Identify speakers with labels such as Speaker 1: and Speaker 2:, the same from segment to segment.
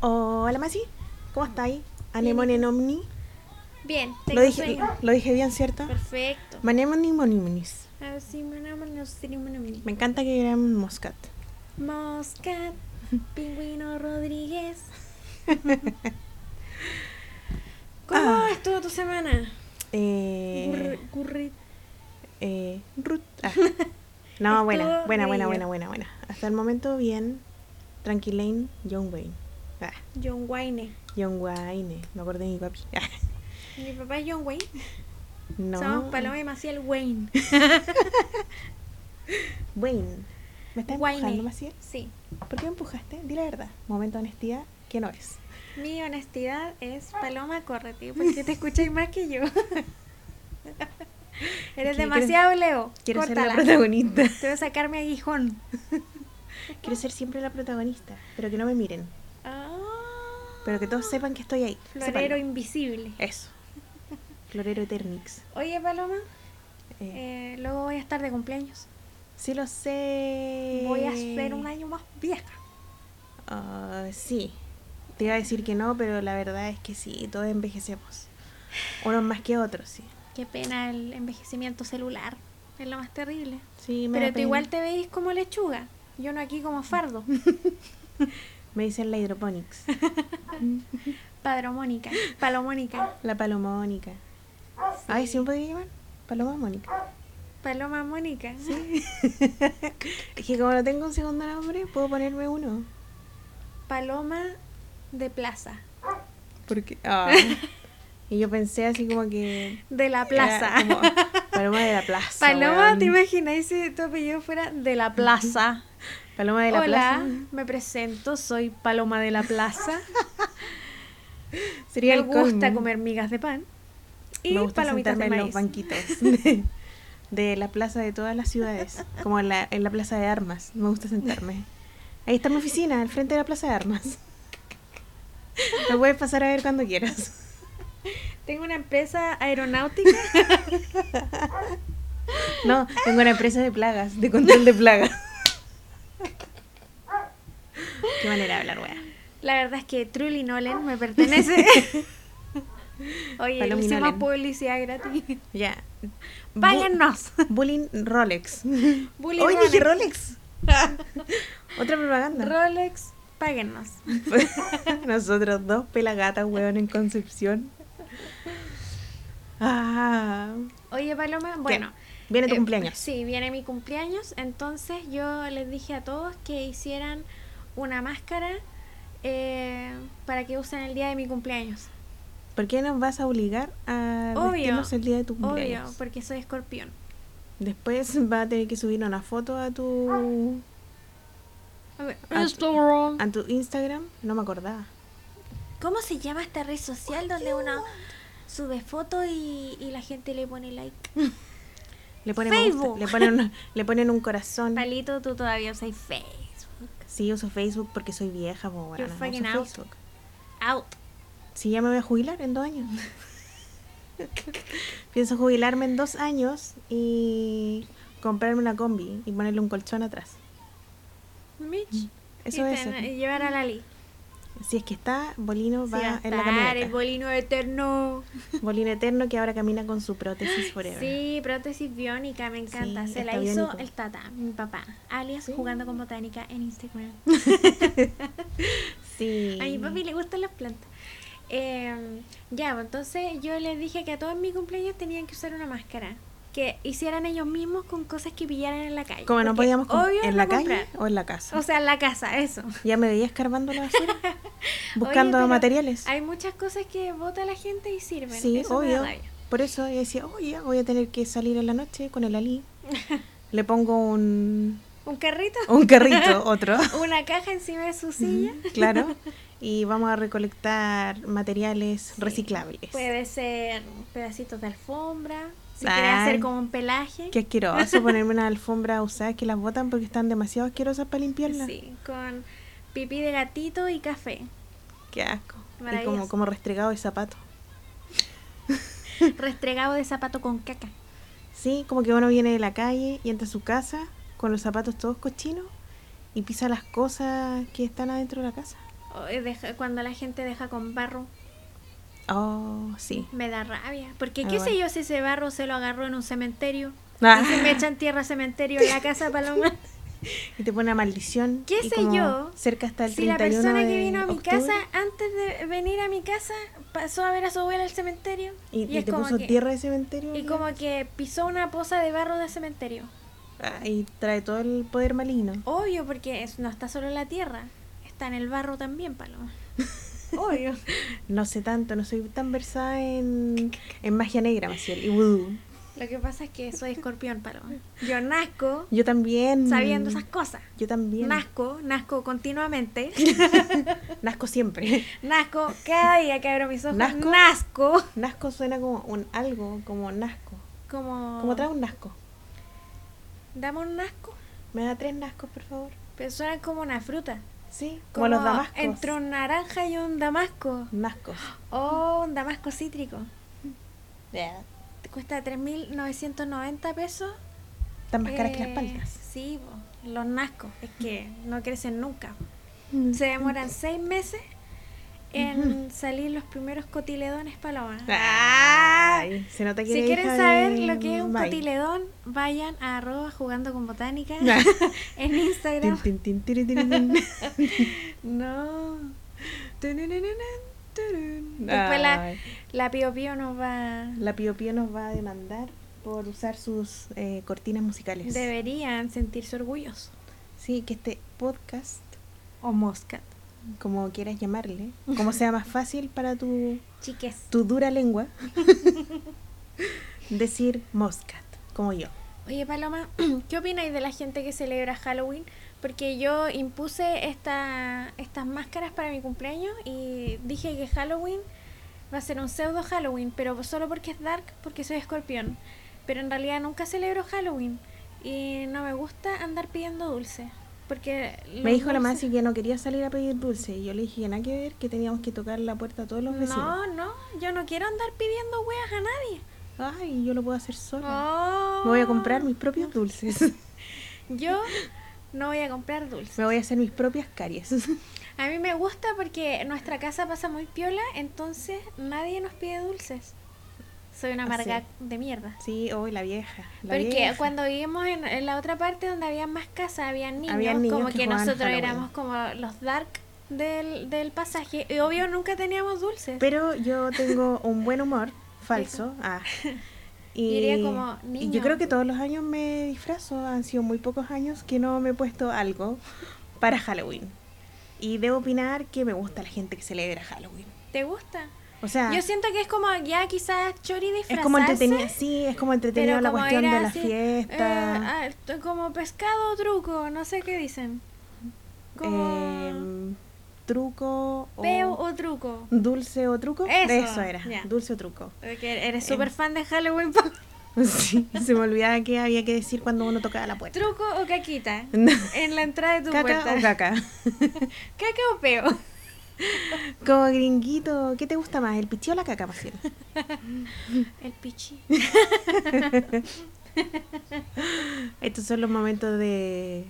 Speaker 1: Hola, Masi. ¿Cómo estáis? Anemone nomni.
Speaker 2: Bien, tengo
Speaker 1: Lo dije,
Speaker 2: sueño.
Speaker 1: lo dije bien, ¿cierto?
Speaker 2: Perfecto.
Speaker 1: Manemoni monimonis.
Speaker 2: A ver si me enamoro, no sé si me enamoro.
Speaker 1: Me encanta que gran Moscat.
Speaker 2: Moscat, Pingüino Rodríguez. ¿Cómo
Speaker 1: Ah.
Speaker 2: estuvo tu semana?
Speaker 1: Eh,
Speaker 2: Curri- curri-
Speaker 1: eh, Ruth. Ah. No, buena,
Speaker 2: Estuvo
Speaker 1: buena, buena,
Speaker 2: bello.
Speaker 1: buena, buena, buena. Hasta el momento bien. Tranquilaine, John Wayne. Ah,
Speaker 2: John Wayne.
Speaker 1: John Wayne. Me acordé de mi papi. Ah,
Speaker 2: Mi papá es John Wayne.
Speaker 1: No.
Speaker 2: Somos Paloma y Maciel Wayne.
Speaker 1: Wayne. ¿Me estás
Speaker 2: Wayne.
Speaker 1: empujando, Maciel?
Speaker 2: Sí.
Speaker 1: ¿Por qué me empujaste? Di la verdad. Momento de honestidad. ¿Qué no es?
Speaker 2: Mi honestidad es Paloma Correti, porque te escucháis más que yo. Eres
Speaker 1: ¿Qué-
Speaker 2: demasiado Leo.
Speaker 1: Quiero ser la
Speaker 2: Córtala.
Speaker 1: protagonista.
Speaker 2: Te voy a sacar mi aguijón.
Speaker 1: Quiero ser siempre la protagonista. Pero que no me miren.
Speaker 2: Ah.
Speaker 1: Pero que todos sepan que estoy ahí.
Speaker 2: Florero
Speaker 1: Sépanlo.
Speaker 2: invisible.
Speaker 1: Eso. Florero Eternix.
Speaker 2: Oye, Paloma,
Speaker 1: Eh,
Speaker 2: eh, luego voy a estar de cumpleaños.
Speaker 1: sí lo sé.
Speaker 2: Voy a ser un año más vieja.
Speaker 1: Ah, sí. Te iba a decir que no, pero la verdad es que sí, todos envejecemos. Unos más que otros, sí.
Speaker 2: Qué pena el envejecimiento celular. Es lo más terrible.
Speaker 1: Sí, me da
Speaker 2: Pero tú
Speaker 1: pena.
Speaker 2: igual te veis como lechuga. Yo no aquí como fardo.
Speaker 1: Me dicen la hidroponics,
Speaker 2: Padromónica. Palomónica.
Speaker 1: la palomónica.
Speaker 2: Ah,
Speaker 1: Ay, ¿sí me podría llamar? Paloma Mónica.
Speaker 2: Paloma Mónica.
Speaker 1: Es que como no tengo un segundo nombre, puedo ponerme uno.
Speaker 2: Paloma de plaza.
Speaker 1: Porque... ah. Y yo pensé así como que...
Speaker 2: De la
Speaker 1: era
Speaker 2: plaza.
Speaker 1: como paloma de la plaza.
Speaker 2: Paloma,
Speaker 1: weón.
Speaker 2: ¿te imagináis si tu apellido fuera de la plaza?
Speaker 1: Paloma de la
Speaker 2: Hola,
Speaker 1: plaza.
Speaker 2: me presento, soy Paloma de la Plaza.
Speaker 1: Sería
Speaker 2: me
Speaker 1: el
Speaker 2: gusta
Speaker 1: colmo.
Speaker 2: comer migas de pan y
Speaker 1: me gusta
Speaker 2: palomitas
Speaker 1: sentarme
Speaker 2: de
Speaker 1: en
Speaker 2: maíz.
Speaker 1: los banquitos de, de la plaza de todas las ciudades, como en la, en la plaza de armas. Me gusta sentarme. Ahí está mi oficina, al frente de la plaza de armas. Lo puedes pasar a ver cuando quieras.
Speaker 2: Tengo una empresa aeronáutica.
Speaker 1: No, tengo una empresa de plagas, de control de plagas. Qué manera de hablar, wea.
Speaker 2: La verdad es que Truly Nolen me pertenece. Oye, le
Speaker 1: Palomi
Speaker 2: hicimos
Speaker 1: Nolen.
Speaker 2: publicidad gratis.
Speaker 1: Ya. Bu-
Speaker 2: Páguennos.
Speaker 1: Bullying Rolex.
Speaker 2: Bully
Speaker 1: Hoy
Speaker 2: Rolex.
Speaker 1: dije Rolex. Otra propaganda.
Speaker 2: Rolex, páguennos.
Speaker 1: Nosotros dos pelagatas, weón, en Concepción. Ah,
Speaker 2: Oye, Paloma, bueno.
Speaker 1: viene tu
Speaker 2: Eh,
Speaker 1: cumpleaños.
Speaker 2: Sí, viene mi cumpleaños. Entonces yo les dije a todos que hicieran una máscara eh, para que usen el día de mi cumpleaños.
Speaker 1: ¿Por qué nos vas a obligar a
Speaker 2: Obvio,
Speaker 1: vestirnos el día de tu
Speaker 2: Obvio,
Speaker 1: cumpleaños?
Speaker 2: porque soy escorpión.
Speaker 1: Después va a tener que subir una foto a tu
Speaker 2: A ver,
Speaker 1: Ah,
Speaker 2: Instagram.
Speaker 1: a tu Instagram. No me acordaba.
Speaker 2: ¿Cómo se llama esta red social donde uno sube fotos y, y la gente le pone like?
Speaker 1: Mm. Le ponen, me gusta,
Speaker 2: Facebook.
Speaker 1: le ponen, un- le ponen un corazón.
Speaker 2: Palito, tú todavía usas Facebook.
Speaker 1: Sí, uso Facebook porque soy vieja, po, weona,
Speaker 2: You're
Speaker 1: no uso
Speaker 2: fucking out.
Speaker 1: Facebook.
Speaker 2: Out.
Speaker 1: Si ya me voy a jubilar en dos años. Pienso jubilarme en dos años y comprarme una combi y ponerle un colchón atrás.
Speaker 2: Mitch.
Speaker 1: Eso
Speaker 2: Y
Speaker 1: es.
Speaker 2: ten- y llevar a Lali.
Speaker 1: Si es que está, Bolino
Speaker 2: Sí,
Speaker 1: va
Speaker 2: va a
Speaker 1: en la
Speaker 2: estar el
Speaker 1: camioneta.
Speaker 2: bolino eterno.
Speaker 1: Bolino eterno que ahora camina con su prótesis forever.
Speaker 2: Sí, prótesis biónica, me encanta.
Speaker 1: Sí,
Speaker 2: Se la
Speaker 1: está
Speaker 2: hizo
Speaker 1: biónico.
Speaker 2: el Tata, mi papá, alias
Speaker 1: Sí.
Speaker 2: jugando con botánica en Instagram.
Speaker 1: Sí.
Speaker 2: A mi papi le gustan las plantas. Eh, ya, pues, entonces yo les dije que a todos en mi cumpleaños tenían que usar una máscara. Que hicieran ellos mismos con cosas que pillaran en la calle.
Speaker 1: Como no
Speaker 2: porque
Speaker 1: podíamos com-
Speaker 2: obvio
Speaker 1: en
Speaker 2: no
Speaker 1: la calle
Speaker 2: comprar.
Speaker 1: o en la casa.
Speaker 2: O sea, en la casa, eso.
Speaker 1: ya me veía escarbando la basura, buscando
Speaker 2: pero
Speaker 1: materiales.
Speaker 2: Hay muchas cosas que vota la gente y sirven.
Speaker 1: Sí,
Speaker 2: eso me da
Speaker 1: obvio.
Speaker 2: rabia.
Speaker 1: Por eso yo decía, oye, voy a tener que salir en la noche con el Ali. Le pongo un,
Speaker 2: Un carrito,
Speaker 1: un carrito, otro.
Speaker 2: una caja encima de su silla.
Speaker 1: Claro. Y vamos a recolectar materiales reciclables.
Speaker 2: Puede ser pedacitos de alfombra. Si
Speaker 1: Ah.
Speaker 2: quiere hacer como un pelaje.
Speaker 1: Qué asqueroso ponerme una alfombra usada que las botan porque están demasiado asquerosas para limpiarlas.
Speaker 2: Sí, con pipí de gatito y café.
Speaker 1: Qué asco. Y como,
Speaker 2: Maravilloso.
Speaker 1: como restregado de zapato.
Speaker 2: Restregado de zapato con caca.
Speaker 1: Sí, como que uno viene de la calle y entra a su casa con los zapatos todos cochinos y pisa las cosas que están adentro de la casa.
Speaker 2: O, eh, deja- cuando la gente deja con barro,
Speaker 1: Oh, sí.
Speaker 2: me da rabia. Porque
Speaker 1: Ah,
Speaker 2: qué sé
Speaker 1: bueno.
Speaker 2: yo si ese barro se lo agarró en un cementerio.
Speaker 1: Ah.
Speaker 2: Y se me echan tierra cementerio en la casa paloma.
Speaker 1: Y te pone una maldición.
Speaker 2: ¿Qué
Speaker 1: y
Speaker 2: sé
Speaker 1: como
Speaker 2: yo?
Speaker 1: Cerca hasta el
Speaker 2: si la
Speaker 1: 31
Speaker 2: persona
Speaker 1: de
Speaker 2: que vino a mi
Speaker 1: octubre,
Speaker 2: casa, antes de venir a mi casa, pasó a ver a su abuela al cementerio.
Speaker 1: Y, y
Speaker 2: es
Speaker 1: te
Speaker 2: como
Speaker 1: puso
Speaker 2: que-
Speaker 1: tierra de cementerio.
Speaker 2: Y
Speaker 1: ¿no?
Speaker 2: como que pisó una poza de barro de cementerio.
Speaker 1: Ah, y trae todo el poder maligno.
Speaker 2: Obvio, porque es- no está solo en la tierra, está en el barro también, Paloma. Obvio.
Speaker 1: No sé tanto, no soy tan versada en, en magia negra, Maciel, y vudú.
Speaker 2: Lo que pasa es que soy escorpión, Paloma. Yo nazco
Speaker 1: Yo también.
Speaker 2: sabiendo esas cosas.
Speaker 1: Yo también.
Speaker 2: Nazco, nazco continuamente.
Speaker 1: Nazco siempre.
Speaker 2: Nazco cada día que abro mis ojos. Nazco,
Speaker 1: Nazco. Nazco suena como un algo, como nazco.
Speaker 2: como...
Speaker 1: Como trae un nazco.
Speaker 2: Dame un nazco.
Speaker 1: Me da tres nazcos, por favor.
Speaker 2: Pero suena como una fruta.
Speaker 1: Sí, como,
Speaker 2: Como
Speaker 1: los damascos.
Speaker 2: Entre un naranja y un damasco.
Speaker 1: Nazcos.
Speaker 2: Oh, un damasco cítrico. Te cuesta 3.990 pesos.
Speaker 1: Están más caras que las
Speaker 2: Eh,
Speaker 1: paltas.
Speaker 2: Sí, po, los nazcos. Es que no crecen nunca. Se demoran seis meses en salir los primeros cotiledones paloma.
Speaker 1: Ah, Ay, se nota que
Speaker 2: Ah, Si
Speaker 1: eres
Speaker 2: quieren
Speaker 1: hija
Speaker 2: saber
Speaker 1: de
Speaker 2: lo que es un
Speaker 1: May.
Speaker 2: cotiledón, vayan a arroba jugando con botánica
Speaker 1: Nah.
Speaker 2: en Instagram.
Speaker 1: Tin, tin, tin, tiri, tiri, tin.
Speaker 2: No. Después la,
Speaker 1: Ay,
Speaker 2: la Pío Pío nos va.
Speaker 1: la Pío Pío nos va a demandar por usar sus eh, cortinas musicales.
Speaker 2: Deberían sentirse orgullosos.
Speaker 1: Sí, que este podcast,
Speaker 2: O Moscat.
Speaker 1: como quieras llamarle, como sea más fácil para tu,
Speaker 2: Chiques.
Speaker 1: tu dura lengua, decir Moscat, como yo.
Speaker 2: Oye, Paloma, ¿qué opináis de la gente que celebra Halloween? Porque yo impuse esta, estas máscaras para mi cumpleaños y dije que Halloween va a ser un pseudo Halloween, pero solo porque es dark, porque soy escorpión. Pero en realidad nunca celebro Halloween y no me gusta andar pidiendo dulce. Porque
Speaker 1: Me
Speaker 2: los
Speaker 1: dijo la
Speaker 2: dulces-
Speaker 1: Masi que no quería salir a pedir dulce y yo le dije que nada que ver, que teníamos que tocar la puerta a todos los vecinos.
Speaker 2: No, no, yo no quiero andar pidiendo weas a nadie.
Speaker 1: Ay, yo lo puedo hacer sola.
Speaker 2: No.
Speaker 1: Me voy a comprar mis propios dulces.
Speaker 2: Oh, Yo no voy a comprar dulce.
Speaker 1: Me voy a hacer mis propias caries.
Speaker 2: A mí me gusta porque nuestra casa pasa muy piola, entonces nadie nos pide dulces. Soy una
Speaker 1: Ah,
Speaker 2: amarga
Speaker 1: sí.
Speaker 2: de mierda.
Speaker 1: Sí, hoy la vieja. La
Speaker 2: Porque
Speaker 1: vieja.
Speaker 2: cuando vivimos en, en la otra parte donde había más casas, había niños,
Speaker 1: Había niños
Speaker 2: como
Speaker 1: que
Speaker 2: que,
Speaker 1: jugaban
Speaker 2: nosotros
Speaker 1: Halloween.
Speaker 2: éramos como los dark del, del pasaje. Y obvio nunca teníamos dulces.
Speaker 1: Pero yo tengo un buen humor falso. Ah. Y,
Speaker 2: Diría como,
Speaker 1: y yo
Speaker 2: "Niño".
Speaker 1: creo que todos los años me disfrazo. Han sido muy pocos años que no me he puesto algo para Halloween. Y debo opinar que me gusta la gente que celebra Halloween.
Speaker 2: ¿Te gusta?
Speaker 1: O sea,
Speaker 2: Yo siento que es como ya quizás chori disfrazarse.
Speaker 1: Ah. es como entretenido, sí, es como entretenido la
Speaker 2: como
Speaker 1: cuestión
Speaker 2: ir
Speaker 1: de la
Speaker 2: así, eh,
Speaker 1: fiesta.
Speaker 2: ah, esto- como pescado truco, no sé qué dicen. Como
Speaker 1: em, truco o
Speaker 2: peo o truco.
Speaker 1: dulce o truco.
Speaker 2: Eso,
Speaker 1: era,
Speaker 2: ya.
Speaker 1: dulce o truco.
Speaker 2: Porque eres
Speaker 1: súper
Speaker 2: súper fan de Halloween. pa-
Speaker 1: Sí, se me olvidaba que había que decir cuando uno tocaba la puerta.
Speaker 2: Truco o caquita.
Speaker 1: No.
Speaker 2: En la entrada de tu
Speaker 1: Caca
Speaker 2: puerta.
Speaker 1: o caca.
Speaker 2: Caca o peo.
Speaker 1: Como gringuito, ¿qué te gusta más? ¿El picheo o la caca, Maciel?
Speaker 2: El pichi.
Speaker 1: Estos son los momentos de.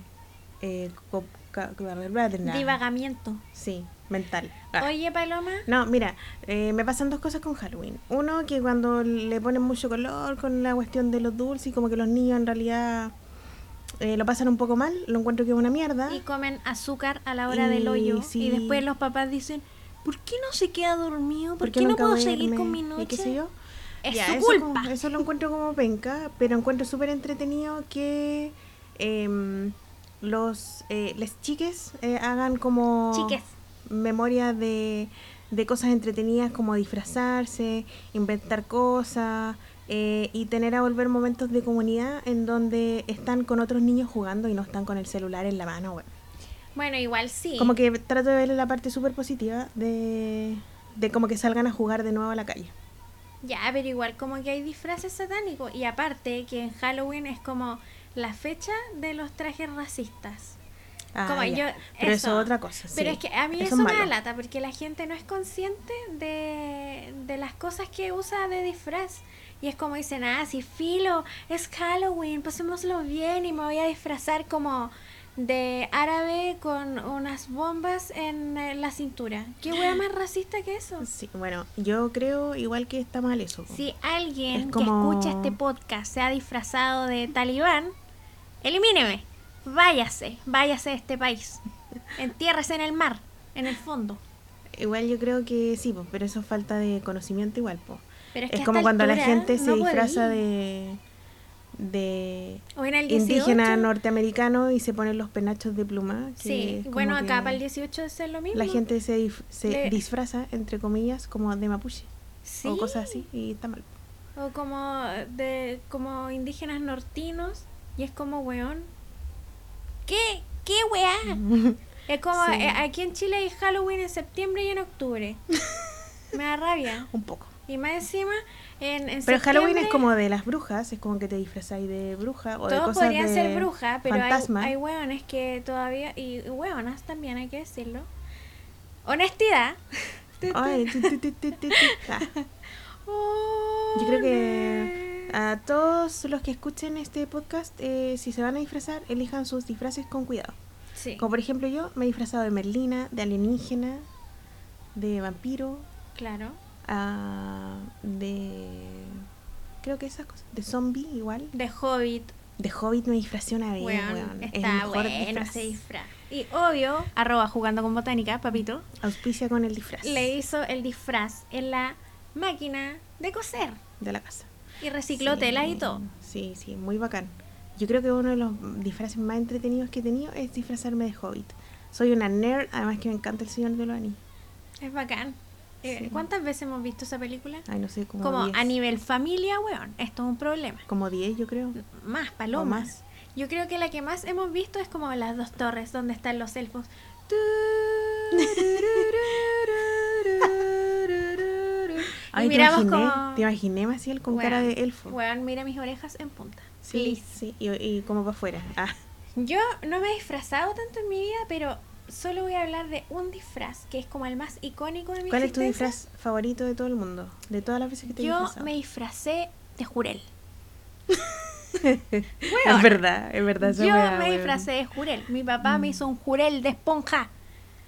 Speaker 1: Eh, co- ca- ca- bla, bla, bla.
Speaker 2: Divagamiento.
Speaker 1: Sí, mental. Ah.
Speaker 2: Oye, Paloma.
Speaker 1: No, mira, eh, me pasan dos cosas con Halloween. Uno, que cuando le ponen mucho color con la cuestión de los dulces y como que los niños en realidad eh, lo pasan un poco mal, lo encuentro que es una mierda.
Speaker 2: Y comen azúcar a la hora
Speaker 1: Ah. Y
Speaker 2: del hoyo.
Speaker 1: sí.
Speaker 2: Y después los papás dicen, ¿por qué no se queda dormido? ¿Por,
Speaker 1: porque
Speaker 2: qué no
Speaker 1: nunca
Speaker 2: puedo seguir
Speaker 1: duerme?
Speaker 2: con mi
Speaker 1: ¿Y qué
Speaker 2: noche?
Speaker 1: sé yo?
Speaker 2: Es
Speaker 1: Ya,
Speaker 2: su
Speaker 1: eso
Speaker 2: culpa.
Speaker 1: como- eso lo encuentro como penca, pero encuentro súper entretenido que em, los eh, les chiques eh, hagan como
Speaker 2: Chiques.
Speaker 1: memoria de, de cosas entretenidas como disfrazarse, inventar cosas eh, y tener a volver momentos de comunidad en donde están con otros niños jugando y no están con el celular en la mano. weón.
Speaker 2: Bueno, igual sí.
Speaker 1: Como que trato de ver la parte súper positiva de, de como que salgan a jugar de nuevo a la calle.
Speaker 2: Ya, pero igual como que hay disfraces satánicos. Y aparte que en Halloween es como la fecha de los trajes racistas.
Speaker 1: Ah,
Speaker 2: Como
Speaker 1: ya.
Speaker 2: yo-
Speaker 1: pero eso
Speaker 2: eso.
Speaker 1: es otra cosa.
Speaker 2: Pero
Speaker 1: sí.
Speaker 2: es que a mí eso,
Speaker 1: es
Speaker 2: me da
Speaker 1: malo.
Speaker 2: lata porque la gente no es consciente de, de las cosas que usa de disfraz. Y es como dicen, ah, sí, filo, es Halloween, pasémoslo bien y me voy a disfrazar como de árabe con unas bombas en eh, la cintura. ¿Qué wea más racista que eso?
Speaker 1: Sí, bueno, yo creo igual que está mal eso. po.
Speaker 2: Si alguien
Speaker 1: Es como-
Speaker 2: que escucha este podcast se ha disfrazado de talibán, elimíneme. Váyase, váyase de este país. Entiérrese en el mar, en el fondo.
Speaker 1: Igual yo creo que sí, po, pero eso es falta de conocimiento igual. po.
Speaker 2: Pero es,
Speaker 1: Es,
Speaker 2: que a
Speaker 1: como
Speaker 2: esta
Speaker 1: cuando la
Speaker 2: altura
Speaker 1: gente se
Speaker 2: no
Speaker 1: disfraza
Speaker 2: podí.
Speaker 1: de, de
Speaker 2: O en el 18.
Speaker 1: indígena norteamericano y se ponen los penachos de pluma. que
Speaker 2: Sí,
Speaker 1: es como
Speaker 2: bueno, acá
Speaker 1: que
Speaker 2: para el 18 es lo mismo.
Speaker 1: La gente se, dif- se
Speaker 2: Le-
Speaker 1: disfraza, entre comillas, como de mapuche
Speaker 2: Sí,
Speaker 1: o cosas así y está mal.
Speaker 2: O como, de, como indígenas nortinos y es como weón. ¿Qué? ¿Qué weá? Es como
Speaker 1: Mm, Sí.
Speaker 2: eh, aquí en Chile hay Halloween en septiembre y en octubre. Me da rabia.
Speaker 1: Un poco.
Speaker 2: Y más encima, en, en
Speaker 1: Pero Halloween es
Speaker 2: septiembre
Speaker 1: como de las brujas, es como que te disfrazáis de bruja o de
Speaker 2: Todos
Speaker 1: cosas
Speaker 2: podrían
Speaker 1: de
Speaker 2: ser brujas, pero hay,
Speaker 1: fantasma.
Speaker 2: hay hueones que todavía. Y hueonas también, hay que decirlo. Honestidad.
Speaker 1: Ay, tu, tu, tu, tu, tu, tu. Ah, Yo creo que Ah, a todos los que escuchen este podcast, eh, si se van a disfrazar, elijan sus disfraces con cuidado.
Speaker 2: Sí,
Speaker 1: ah, Como por ejemplo yo, me he disfrazado de Merlina, de alienígena, de vampiro,
Speaker 2: claro.
Speaker 1: ah, de... Creo que esas cosas. De zombie igual.
Speaker 2: De hobbit.
Speaker 1: De hobbit me disfrazé una vez,
Speaker 2: Weón,
Speaker 1: weón. Es el
Speaker 2: está
Speaker 1: mejor
Speaker 2: bueno
Speaker 1: disfraz.
Speaker 2: ese disfraz. Y obvio, arroba jugando con botánica, papito,
Speaker 1: Auspicia con el disfraz
Speaker 2: le hizo el disfraz en la máquina de coser.
Speaker 1: de la casa.
Speaker 2: Y recicló
Speaker 1: Sí,
Speaker 2: tela y todo.
Speaker 1: Sí, sí, muy bacán. Yo creo que uno de los disfraces más entretenidos que he tenido es disfrazarme de hobbit. Soy una nerd, además que me encanta el señor de los anillos.
Speaker 2: Es bacán. Eh,
Speaker 1: Sí.
Speaker 2: ¿Cuántas veces hemos visto esa película?
Speaker 1: Ay, no sé, como
Speaker 2: Como
Speaker 1: 10.
Speaker 2: a nivel familia, weón, esto es un problema.
Speaker 1: Como 10, yo creo.
Speaker 2: Más
Speaker 1: O
Speaker 2: palomas.
Speaker 1: más.
Speaker 2: Yo creo que la que más hemos visto es como las dos torres donde están los elfos. Tu-
Speaker 1: Ay,
Speaker 2: miramos
Speaker 1: te imaginé,
Speaker 2: como-
Speaker 1: te imaginé Maciel con cara de
Speaker 2: Weón,
Speaker 1: elfo.
Speaker 2: Weón, mira mis orejas en punta.
Speaker 1: sí,
Speaker 2: Lis.
Speaker 1: sí, y, y como para afuera. Ah,
Speaker 2: Yo no me he disfrazado tanto en mi vida, pero solo voy a hablar de un disfraz que es como el más icónico de mi
Speaker 1: ¿Cuál es tu
Speaker 2: existencia.
Speaker 1: disfraz favorito de todo el mundo? De todas las veces que te he
Speaker 2: Yo
Speaker 1: disfrazado.
Speaker 2: me disfracé de Jurel.
Speaker 1: Es verdad, es verdad. esa
Speaker 2: Yo
Speaker 1: weá,
Speaker 2: me
Speaker 1: weón.
Speaker 2: disfracé de Jurel. Mi papá me hizo un Jurel de esponja.
Speaker 1: Mm.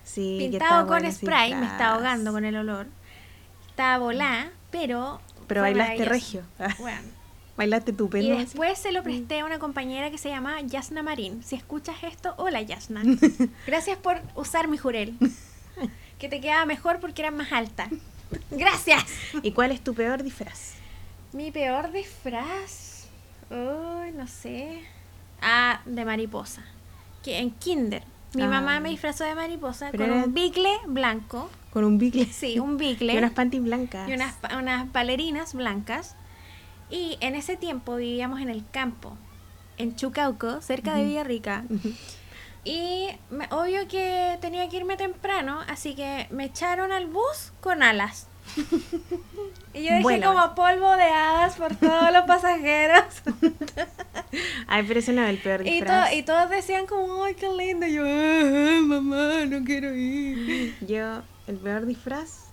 Speaker 1: Sí, que está
Speaker 2: pintado con
Speaker 1: bueno ese
Speaker 2: spray, me
Speaker 1: disfraz.
Speaker 2: estaba ahogando con el olor. Estaba volá, pero.
Speaker 1: Pero
Speaker 2: fue
Speaker 1: bailaste
Speaker 2: maravilloso.
Speaker 1: regio. Ah,
Speaker 2: Bueno,
Speaker 1: Bailaste
Speaker 2: y
Speaker 1: estupendo. Maciel.
Speaker 2: después se lo presté a una compañera que se llama Yasna Marín. Si escuchas esto, hola Yasna. Gracias por usar mi jurel. Que te quedaba mejor porque era más alta. Gracias.
Speaker 1: ¿Y cuál es tu peor disfraz?
Speaker 2: Mi peor disfraz. Uy, no sé. Ah, de mariposa. Que en kinder. Mi
Speaker 1: Ah.
Speaker 2: mamá me disfrazó de mariposa
Speaker 1: Pero
Speaker 2: con
Speaker 1: era-
Speaker 2: un bicle blanco.
Speaker 1: Con un bicle.
Speaker 2: Sí, un bicle.
Speaker 1: Y unas panties blancas.
Speaker 2: y unas, pa- unas palerinas blancas. Y en ese tiempo vivíamos en el campo, en Chucauco, cerca de Villarrica. Y me- obvio que tenía que irme temprano, así que me echaron al bus con alas. Y yo dejé
Speaker 1: Vuela.
Speaker 2: como polvo de hadas por todos los pasajeros.
Speaker 1: Ay, pero ese no es el peor
Speaker 2: Y, to-
Speaker 1: disfraz.
Speaker 2: y todos decían como, ¡ay, qué lindo! Y yo, "Ah, mamá, no quiero ir.
Speaker 1: Yo, el peor disfraz.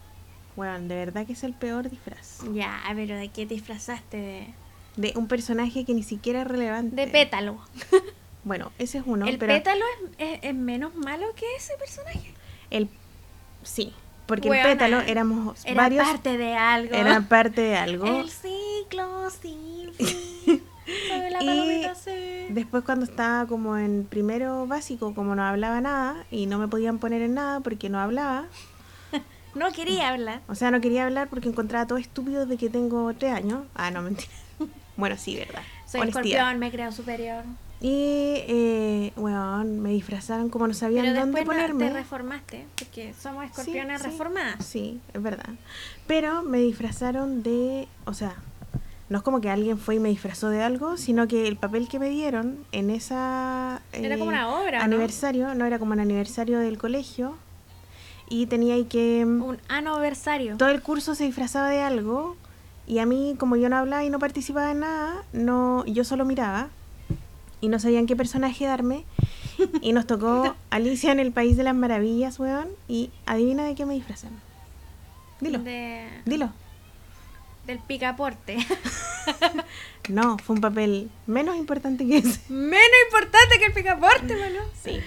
Speaker 1: Bueno, de verdad que es el peor disfraz.
Speaker 2: Ya, pero ¿de qué te disfrazaste? De,
Speaker 1: De un personaje que ni siquiera es relevante.
Speaker 2: de pétalo.
Speaker 1: Bueno, ese es uno.
Speaker 2: el
Speaker 1: pero
Speaker 2: pétalo es, es- es menos malo que ese personaje.
Speaker 1: El... Sí. Porque
Speaker 2: Weona,
Speaker 1: el pétalo éramos
Speaker 2: Era
Speaker 1: varios.
Speaker 2: parte de algo.
Speaker 1: Era parte de algo.
Speaker 2: El ciclo sin fin. Sobre la
Speaker 1: Y
Speaker 2: palomita azul.
Speaker 1: Después cuando estaba como en primero básico, como no hablaba nada y no me podían poner en nada porque no hablaba,
Speaker 2: No quería hablar.
Speaker 1: o sea, no quería hablar porque encontraba todo estúpido de que tengo tres años. Ah, no, mentira. Bueno, sí, verdad.
Speaker 2: Soy
Speaker 1: Honestidad.
Speaker 2: escorpión, me creo superior.
Speaker 1: Y, eh, weón, me disfrazaron como no sabían
Speaker 2: Pero
Speaker 1: dónde
Speaker 2: después no-
Speaker 1: ponerme.
Speaker 2: te reformaste, porque somos
Speaker 1: Sí,
Speaker 2: escorpiones
Speaker 1: sí,
Speaker 2: reformadas.
Speaker 1: Sí, es verdad. Pero me disfrazaron de, o sea, no es como que alguien fue y me disfrazó de algo, sino que el papel que me dieron en esa...
Speaker 2: Era
Speaker 1: eh,
Speaker 2: como una obra, ¿no?
Speaker 1: aniversario, ¿no? era como un aniversario del colegio y tenía ahí que mm,
Speaker 2: Un aniversario.
Speaker 1: todo el curso se disfrazaba de algo y a mí como yo no hablaba y no participaba en nada, no yo solo miraba y no sabían qué personaje darme y nos tocó Alicia en el País de las Maravillas, weón, y adivina de qué me disfrazaron. Dilo.
Speaker 2: De...
Speaker 1: Dilo.
Speaker 2: del picaporte.
Speaker 1: No, fue un papel menos importante que ese.
Speaker 2: Menos importante que el picaporte, mano.
Speaker 1: Sí.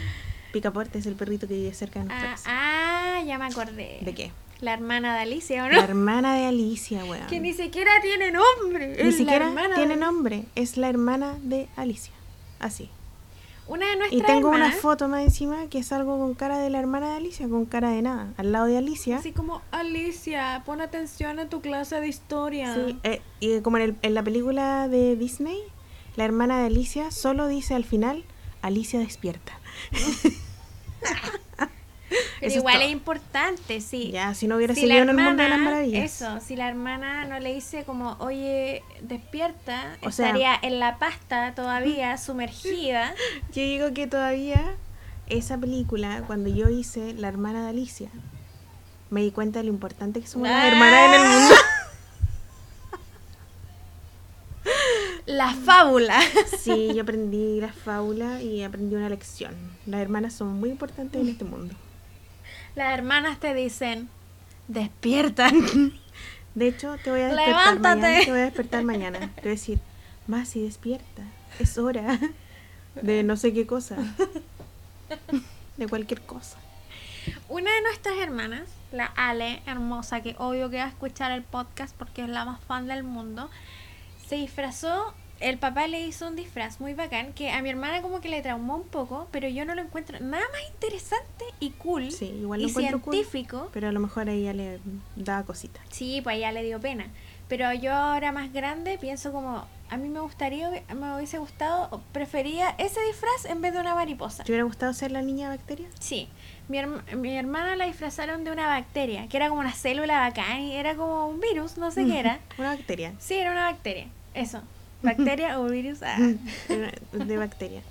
Speaker 1: Picaporte es el perrito que vive cerca de nuestra
Speaker 2: Ah,
Speaker 1: casa.
Speaker 2: ah, ya me acordé.
Speaker 1: ¿De qué?
Speaker 2: La hermana de Alicia, ¿o
Speaker 1: La
Speaker 2: no?
Speaker 1: hermana de Alicia, weón.
Speaker 2: Que ni siquiera tiene nombre. es
Speaker 1: Ni
Speaker 2: la
Speaker 1: siquiera
Speaker 2: hermana
Speaker 1: tiene
Speaker 2: de-
Speaker 1: nombre. Es la hermana de Alicia. Así.
Speaker 2: Una de
Speaker 1: Y
Speaker 2: nuestras
Speaker 1: tengo una
Speaker 2: hermanas,
Speaker 1: foto más encima que salgo con cara de la hermana de Alicia, con cara de nada. Al lado de Alicia.
Speaker 2: Así como, Alicia, pon atención a tu clase de historia.
Speaker 1: Sí, eh, y como en, el- en la película de Disney, la hermana de Alicia solo dice al final, Alicia despierta.
Speaker 2: Pero
Speaker 1: eso es
Speaker 2: igual
Speaker 1: todo.
Speaker 2: es importante, sí.
Speaker 1: Ya, si no hubiera
Speaker 2: Si la
Speaker 1: seguido en el mundo de las
Speaker 2: hermana-
Speaker 1: maravillas.
Speaker 2: Eso, si la hermana no le dice como, oye, despierta,
Speaker 1: O sea-
Speaker 2: estaría en la pasta todavía, sumergida.
Speaker 1: Yo digo que todavía esa película, cuando yo hice La hermana de Alicia, me di cuenta de lo importante que somos las
Speaker 2: Ah.
Speaker 1: hermanas en el mundo.
Speaker 2: La fábula.
Speaker 1: Sí, yo aprendí la fábula y aprendí una lección. Las hermanas son muy importantes en este mundo.
Speaker 2: Las hermanas te dicen, despierta.
Speaker 1: De hecho, te voy a despertar
Speaker 2: Levántate.
Speaker 1: mañana. Te voy a despertar mañana. Te voy a decir, Masi, despierta. Es hora de no sé qué cosa. De cualquier cosa.
Speaker 2: Una de nuestras hermanas, la Ale, hermosa, que obvio que va a escuchar el podcast porque es la más fan del mundo, se disfrazó. El papá le hizo un disfraz muy bacán que a mi hermana como que le traumó un poco, pero yo no lo encuentro nada más interesante y cool
Speaker 1: Sí, igual lo
Speaker 2: y
Speaker 1: encuentro cool,
Speaker 2: científico.
Speaker 1: Pero a lo mejor a ella le da cosita.
Speaker 2: Sí, pues ya le dio pena. Pero yo ahora más grande pienso como, a mí me gustaría, me hubiese gustado, o prefería ese disfraz en vez de una mariposa.
Speaker 1: ¿Te hubiera gustado ser la niña bacteria?
Speaker 2: Sí, mi, herm- mi hermana la disfrazaron de una bacteria, que era como una célula bacán y era como un virus, no sé qué era.
Speaker 1: Una bacteria.
Speaker 2: Sí, era una bacteria, eso. Bacteria o virus. ah.
Speaker 1: Era de bacteria.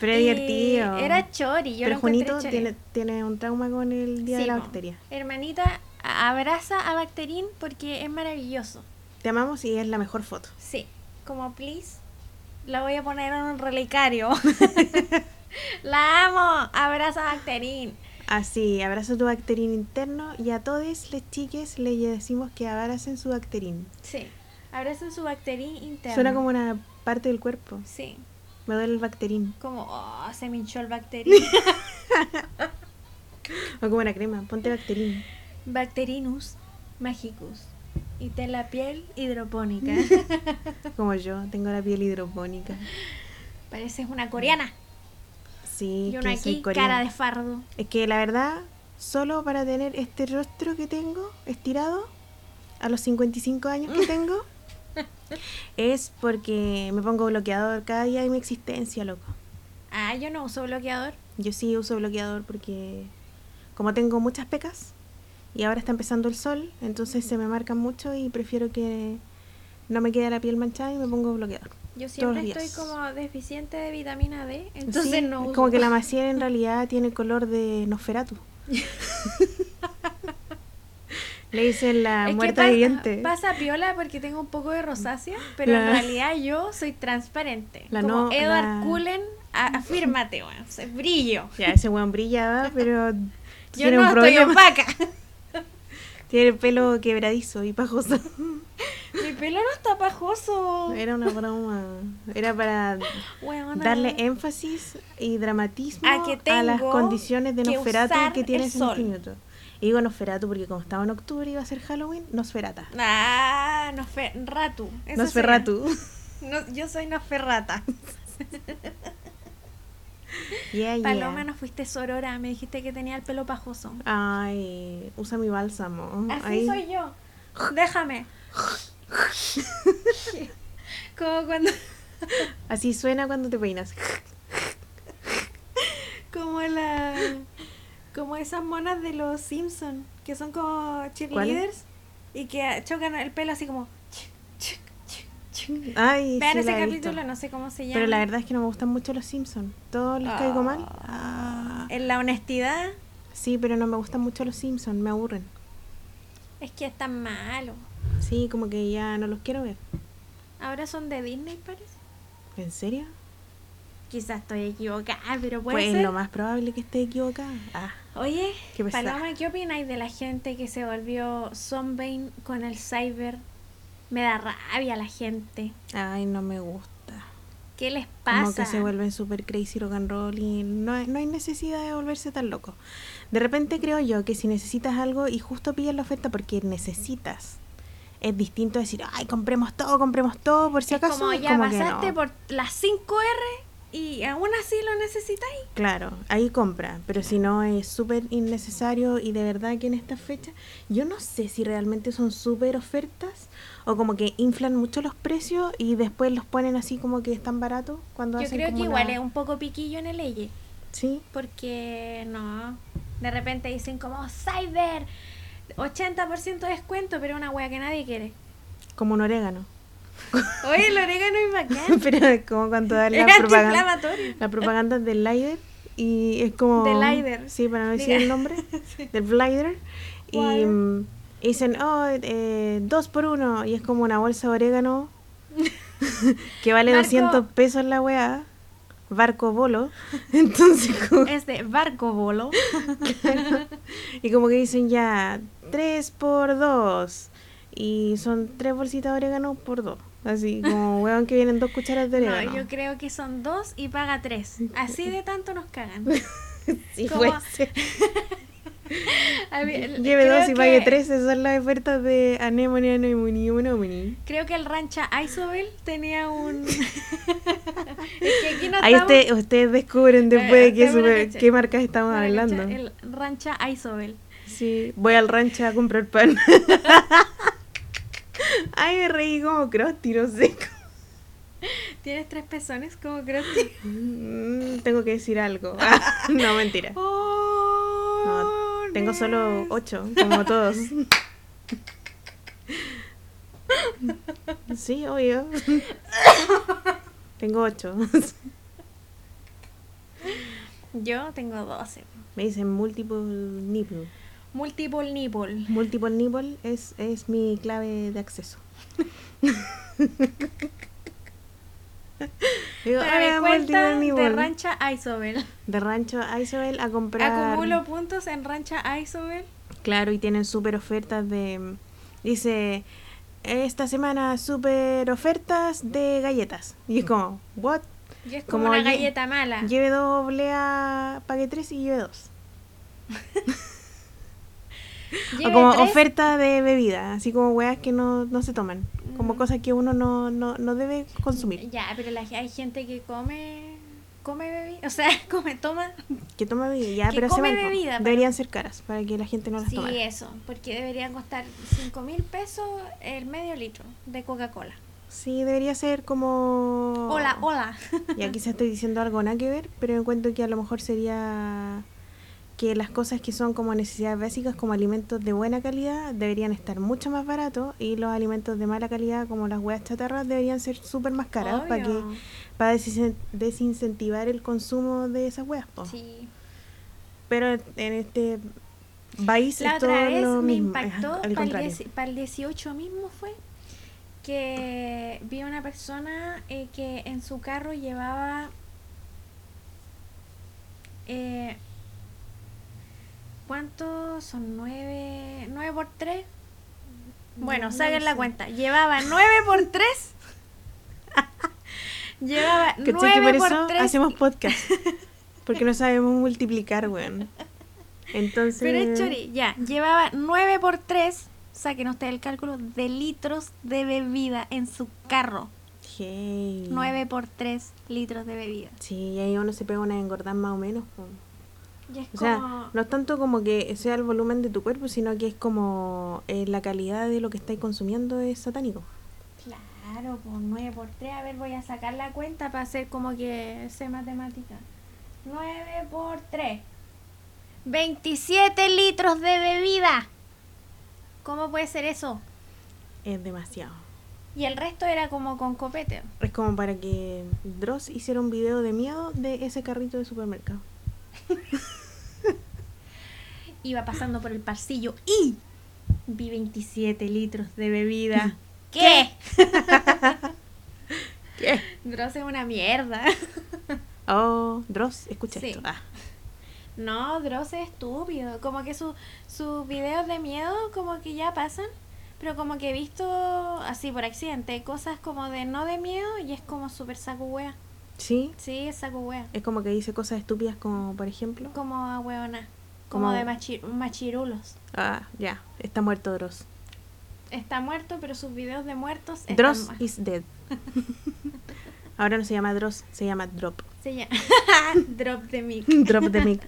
Speaker 1: Pero
Speaker 2: Y
Speaker 1: es divertido.
Speaker 2: Era chori, yo lo
Speaker 1: Pero
Speaker 2: encontré
Speaker 1: Juanito
Speaker 2: chori.
Speaker 1: tiene, tiene un trauma con el día
Speaker 2: Sí,
Speaker 1: de la
Speaker 2: po.
Speaker 1: bacteria.
Speaker 2: Hermanita, a- abraza a Bacterín porque es maravilloso.
Speaker 1: Te amamos y es la mejor foto.
Speaker 2: Sí, como please. La voy a poner en un relicario. la amo. Abraza Bacterín.
Speaker 1: Así, abrazo tu bacterín interno y a todos les chiques les decimos que abracen su bacterín.
Speaker 2: Sí. Abracen su Bacterín interno.
Speaker 1: Suena como una parte del cuerpo.
Speaker 2: Sí.
Speaker 1: Me duele el bacterín.
Speaker 2: Como, oh, se me hinchó el Bacterín.
Speaker 1: O como una crema, ponte bacterín.
Speaker 2: Bacterinus magicus. Y de la piel hidropónica.
Speaker 1: Como yo, tengo la piel hidropónica.
Speaker 2: Pareces una coreana.
Speaker 1: Sí,
Speaker 2: Y
Speaker 1: que
Speaker 2: una
Speaker 1: soy
Speaker 2: aquí,
Speaker 1: coreana.
Speaker 2: cara de fardo.
Speaker 1: Es que la verdad, solo para tener este rostro que tengo estirado a los 55 años que tengo, es porque me pongo bloqueador cada día de mi existencia, loco.
Speaker 2: Ah, yo no uso bloqueador.
Speaker 1: Yo sí uso bloqueador porque como tengo muchas pecas y ahora está empezando el sol, entonces se me marcan mucho y prefiero que no me quede la piel manchada y me pongo bloqueador.
Speaker 2: Yo
Speaker 1: Todos
Speaker 2: siempre
Speaker 1: los
Speaker 2: estoy
Speaker 1: días.
Speaker 2: como deficiente de vitamina D. Entonces
Speaker 1: Sí,
Speaker 2: no
Speaker 1: es
Speaker 2: uso.
Speaker 1: como que la maciel en realidad tiene color de Nosferatu. Le dicen la
Speaker 2: Es que
Speaker 1: muerta
Speaker 2: pasa-
Speaker 1: viviente.
Speaker 2: Pasa piola porque tengo un poco de rosácea, pero en
Speaker 1: La-
Speaker 2: realidad yo soy transparente.
Speaker 1: La
Speaker 2: Como
Speaker 1: no-
Speaker 2: Edward
Speaker 1: la-
Speaker 2: Cullen, a- afírmate, weón. soy Brillo.
Speaker 1: Ya, ese weón brillaba, pero
Speaker 2: Yo
Speaker 1: tiene
Speaker 2: no
Speaker 1: un
Speaker 2: estoy
Speaker 1: problema.
Speaker 2: opaca.
Speaker 1: Tiene el pelo quebradizo y pajoso.
Speaker 2: Mi pelo no está pajoso.
Speaker 1: Era una broma. Era para
Speaker 2: Weona.
Speaker 1: darle énfasis y dramatismo
Speaker 2: A Ah, que
Speaker 1: a las
Speaker 2: tengo
Speaker 1: condiciones de
Speaker 2: que
Speaker 1: Nosferatu
Speaker 2: usar
Speaker 1: que tienes
Speaker 2: el
Speaker 1: en este
Speaker 2: sol.
Speaker 1: minuto. Y digo Nosferatu porque como estaba en octubre y iba a ser Halloween, Nosferata.
Speaker 2: Ah, Nosferatu. eso
Speaker 1: Nosferatu.
Speaker 2: será. No- yo soy Nosferrata.
Speaker 1: Yeah, yeah.
Speaker 2: Paloma, no fuiste sorora. Me dijiste que tenía el pelo pajoso.
Speaker 1: Ay, usa mi bálsamo.
Speaker 2: Así
Speaker 1: Ay.
Speaker 2: soy yo. Déjame. como cuando.
Speaker 1: Así suena cuando te peinas.
Speaker 2: Como la. Como esas monas de los Simpsons, que son como cheerleaders y que chocan el pelo así como.
Speaker 1: Ay,
Speaker 2: Vean
Speaker 1: sí,
Speaker 2: ese
Speaker 1: la he visto.
Speaker 2: capítulo, no sé cómo se llama.
Speaker 1: Pero la verdad es que no me gustan mucho los Simpsons. Todos les caigo mal.
Speaker 2: Ah, En la honestidad
Speaker 1: Sí, pero no me gustan mucho los Simpsons, me aburren.
Speaker 2: es que están malo.
Speaker 1: Sí, como que ya no los quiero ver.
Speaker 2: Ahora son de Disney, parece.
Speaker 1: ¿En serio?
Speaker 2: Quizás estoy equivocada, pero puede
Speaker 1: Pues
Speaker 2: ser.
Speaker 1: lo más probable que esté equivocada. Ah,
Speaker 2: Oye,
Speaker 1: Qué pesada.
Speaker 2: Paloma, ¿qué opináis de la gente que se volvió zombie con el cyber Me da rabia la gente.
Speaker 1: Ay, no me gusta.
Speaker 2: ¿Qué les
Speaker 1: Como que
Speaker 2: pasa?
Speaker 1: se vuelven super crazy rock and roll y no, hay- no hay necesidad de volverse tan loco. De repente creo yo que si necesitas algo y justo pillas la oferta porque necesitas, es distinto a decir, ay, compremos todo, compremos todo, por si
Speaker 2: es
Speaker 1: acaso.
Speaker 2: como
Speaker 1: es
Speaker 2: ya
Speaker 1: como que
Speaker 2: pasaste
Speaker 1: no.
Speaker 2: por las 5R y aún así lo necesitáis.
Speaker 1: Claro, ahí compra, pero si no es súper innecesario y de verdad que en estas fechas, yo no sé si realmente son súper ofertas o como que inflan mucho los precios y después los ponen así como que están baratos cuando
Speaker 2: Yo
Speaker 1: hacen
Speaker 2: creo que
Speaker 1: como
Speaker 2: igual
Speaker 1: una-
Speaker 2: es un poco piquillo en el EYE.
Speaker 1: Sí,
Speaker 2: Porque no. De repente dicen como Cyber 80% de descuento, pero una wea que nadie quiere.
Speaker 1: como un orégano.
Speaker 2: Oye, el orégano es bacán.
Speaker 1: pero es como cuando dan la
Speaker 2: es
Speaker 1: propaganda,
Speaker 2: antiinflamatorio.
Speaker 1: la propaganda del Lider y es como...
Speaker 2: Del Lider.
Speaker 1: Sí, para no decir
Speaker 2: Diga.
Speaker 1: el nombre, del Lider. Y
Speaker 2: Guay.
Speaker 1: mm, y dicen, oh, eh, dos por uno y es como una bolsa de orégano que vale
Speaker 2: Barco-
Speaker 1: 200 pesos la weá, barco bolo, entonces como-
Speaker 2: Es de barco bolo.
Speaker 1: y como que dicen ya, 3 por 2 y son tres bolsitas de orégano por dos, así como weón que vienen dos cucharas de
Speaker 2: No,
Speaker 1: orégano.
Speaker 2: yo creo que son dos y paga tres. Así de tanto nos cagan.
Speaker 1: Si
Speaker 2: como-
Speaker 1: fuese.
Speaker 2: A mí-
Speaker 1: Lleve
Speaker 2: creo
Speaker 1: dos y pague
Speaker 2: que-
Speaker 1: tres, esas son las ofertas de Anemone, Anemone, Anemone.
Speaker 2: Creo que el rancha Isobel tenía un. es que aquí no
Speaker 1: Ahí
Speaker 2: estamos-
Speaker 1: usted- ustedes descubren después
Speaker 2: Eh,
Speaker 1: de qué,
Speaker 2: estamos en la
Speaker 1: super-
Speaker 2: cacha.
Speaker 1: qué marcas estamos
Speaker 2: Para cachar,
Speaker 1: hablando.
Speaker 2: El rancha Isobel.
Speaker 1: Sí, voy al rancho a comprar pan. Ay, me reí como Krusty, no sé.
Speaker 2: Tienes tres pezones, como creo que.
Speaker 1: Mm, Tengo que decir algo. no, mentira.
Speaker 2: Oh,
Speaker 1: Tengo solo
Speaker 2: Nes.
Speaker 1: ocho, como todos. Sí, obvio. Tengo ocho.
Speaker 2: Yo tengo doce.
Speaker 1: Me dicen multiple nipple.
Speaker 2: Multiple nipple.
Speaker 1: Multiple nipple es, es mi clave de acceso. Digo,
Speaker 2: Para
Speaker 1: "Ah,
Speaker 2: mi cuenta
Speaker 1: multiple nipple".
Speaker 2: de rancha Isobel.
Speaker 1: De Rancho a Isabel a comprar.
Speaker 2: Acumulo puntos en rancha Isobel.
Speaker 1: Claro, y tienen súper ofertas de. Dice. Esta semana súper ofertas de galletas. Y es como, ¿what?
Speaker 2: Y es como,
Speaker 1: Como
Speaker 2: una
Speaker 1: lle-
Speaker 2: galleta mala.
Speaker 1: Lleve dos oblea, pague tres y lleve dos.
Speaker 2: Lleve
Speaker 1: o como
Speaker 2: tres,
Speaker 1: oferta de bebida, así como weas que no, no se toman. Como
Speaker 2: Mm.
Speaker 1: cosas que uno no, no, no debe consumir.
Speaker 2: Ya, pero la- hay gente que come. Come bebida. O sea, come, toma.
Speaker 1: Que toma bebida, ya,
Speaker 2: Que
Speaker 1: pero se
Speaker 2: come
Speaker 1: van, po.
Speaker 2: bebida, pero-
Speaker 1: Deberían ser caras para que la gente no las
Speaker 2: sí, eh.
Speaker 1: tome.
Speaker 2: eso. Porque debería costar 5 mil pesos el medio litro de Coca-Cola.
Speaker 1: Sí, debería ser como.
Speaker 2: Hola, hola.
Speaker 1: Y aquí se estoy diciendo algo nada que ver, pero encuentro que a lo mejor sería que las cosas que son como necesidades básicas, como alimentos de buena calidad, deberían estar mucho más baratos y los alimentos de mala calidad, como las huevas chatarras, deberían ser súper más caras para que
Speaker 2: Obvio.
Speaker 1: para desin- desincentivar el consumo de esas huevas. po.
Speaker 2: Sí.
Speaker 1: Pero en este país
Speaker 2: La
Speaker 1: es todo
Speaker 2: otra vez
Speaker 1: lo
Speaker 2: me
Speaker 1: mismo, es
Speaker 2: impactó
Speaker 1: al- al
Speaker 2: para
Speaker 1: contrario.
Speaker 2: el, 18 mismo fue que vi a una persona eh, que en su carro llevaba eh, ¿cuántos son? 9 9 por 3 bueno,
Speaker 1: No
Speaker 2: saquen
Speaker 1: lo
Speaker 2: la
Speaker 1: sé.
Speaker 2: cuenta llevaba 9 por 3 llevaba
Speaker 1: ¿Cachai que
Speaker 2: 9
Speaker 1: por eso
Speaker 2: por 3
Speaker 1: hacemos podcast? Porque no sabemos multiplicar, weón. Entonces...
Speaker 2: Pero es chori, ya. Llevaba 9 por 3, saquen ustedes el cálculo, de litros de bebida en su carro.
Speaker 1: Hey.
Speaker 2: 9 por 3 litros de bebida.
Speaker 1: Sí, y ahí uno se pega una engordar más o menos. po.
Speaker 2: Y es
Speaker 1: O sea,
Speaker 2: como...
Speaker 1: no es tanto como que sea el volumen de tu cuerpo, sino que es como eh, la calidad de lo que estáis consumiendo es satánico.
Speaker 2: Claro, por 9 por 3, a ver, voy a sacar la cuenta para hacer como que sé matemática. 9 por 3. 27 litros de bebida. ¿Cómo puede ser eso?
Speaker 1: Es demasiado.
Speaker 2: Y el resto era como con copete.
Speaker 1: Es como para que Dross hiciera un video de miedo de ese carrito de supermercado.
Speaker 2: iba pasando por el pasillo y vi 27 litros de bebida. ¿Qué?
Speaker 1: ¿Qué? ¿Qué?
Speaker 2: Dross es una mierda.
Speaker 1: Oh, Dross, escucha
Speaker 2: Sí.
Speaker 1: esto. Ah,
Speaker 2: No, Dross es estúpido. Como que su- sus videos de miedo como que ya pasan. Pero como que he visto así por accidente cosas como de no de miedo y es como súper saco wea.
Speaker 1: Sí,
Speaker 2: Sí, es saco wea.
Speaker 1: es como que dice cosas estúpidas como, por ejemplo...
Speaker 2: Como a weona. Como
Speaker 1: Como-
Speaker 2: de machi- machirulos.
Speaker 1: Ah, ya, está muerto Dross.
Speaker 2: Está muerto, pero sus videos de muertos están
Speaker 1: Dross
Speaker 2: muertos.
Speaker 1: is dead. Ahora no se llama Dross, se llama Drop.
Speaker 2: Se llama- Drop the mic.
Speaker 1: Drop de mic.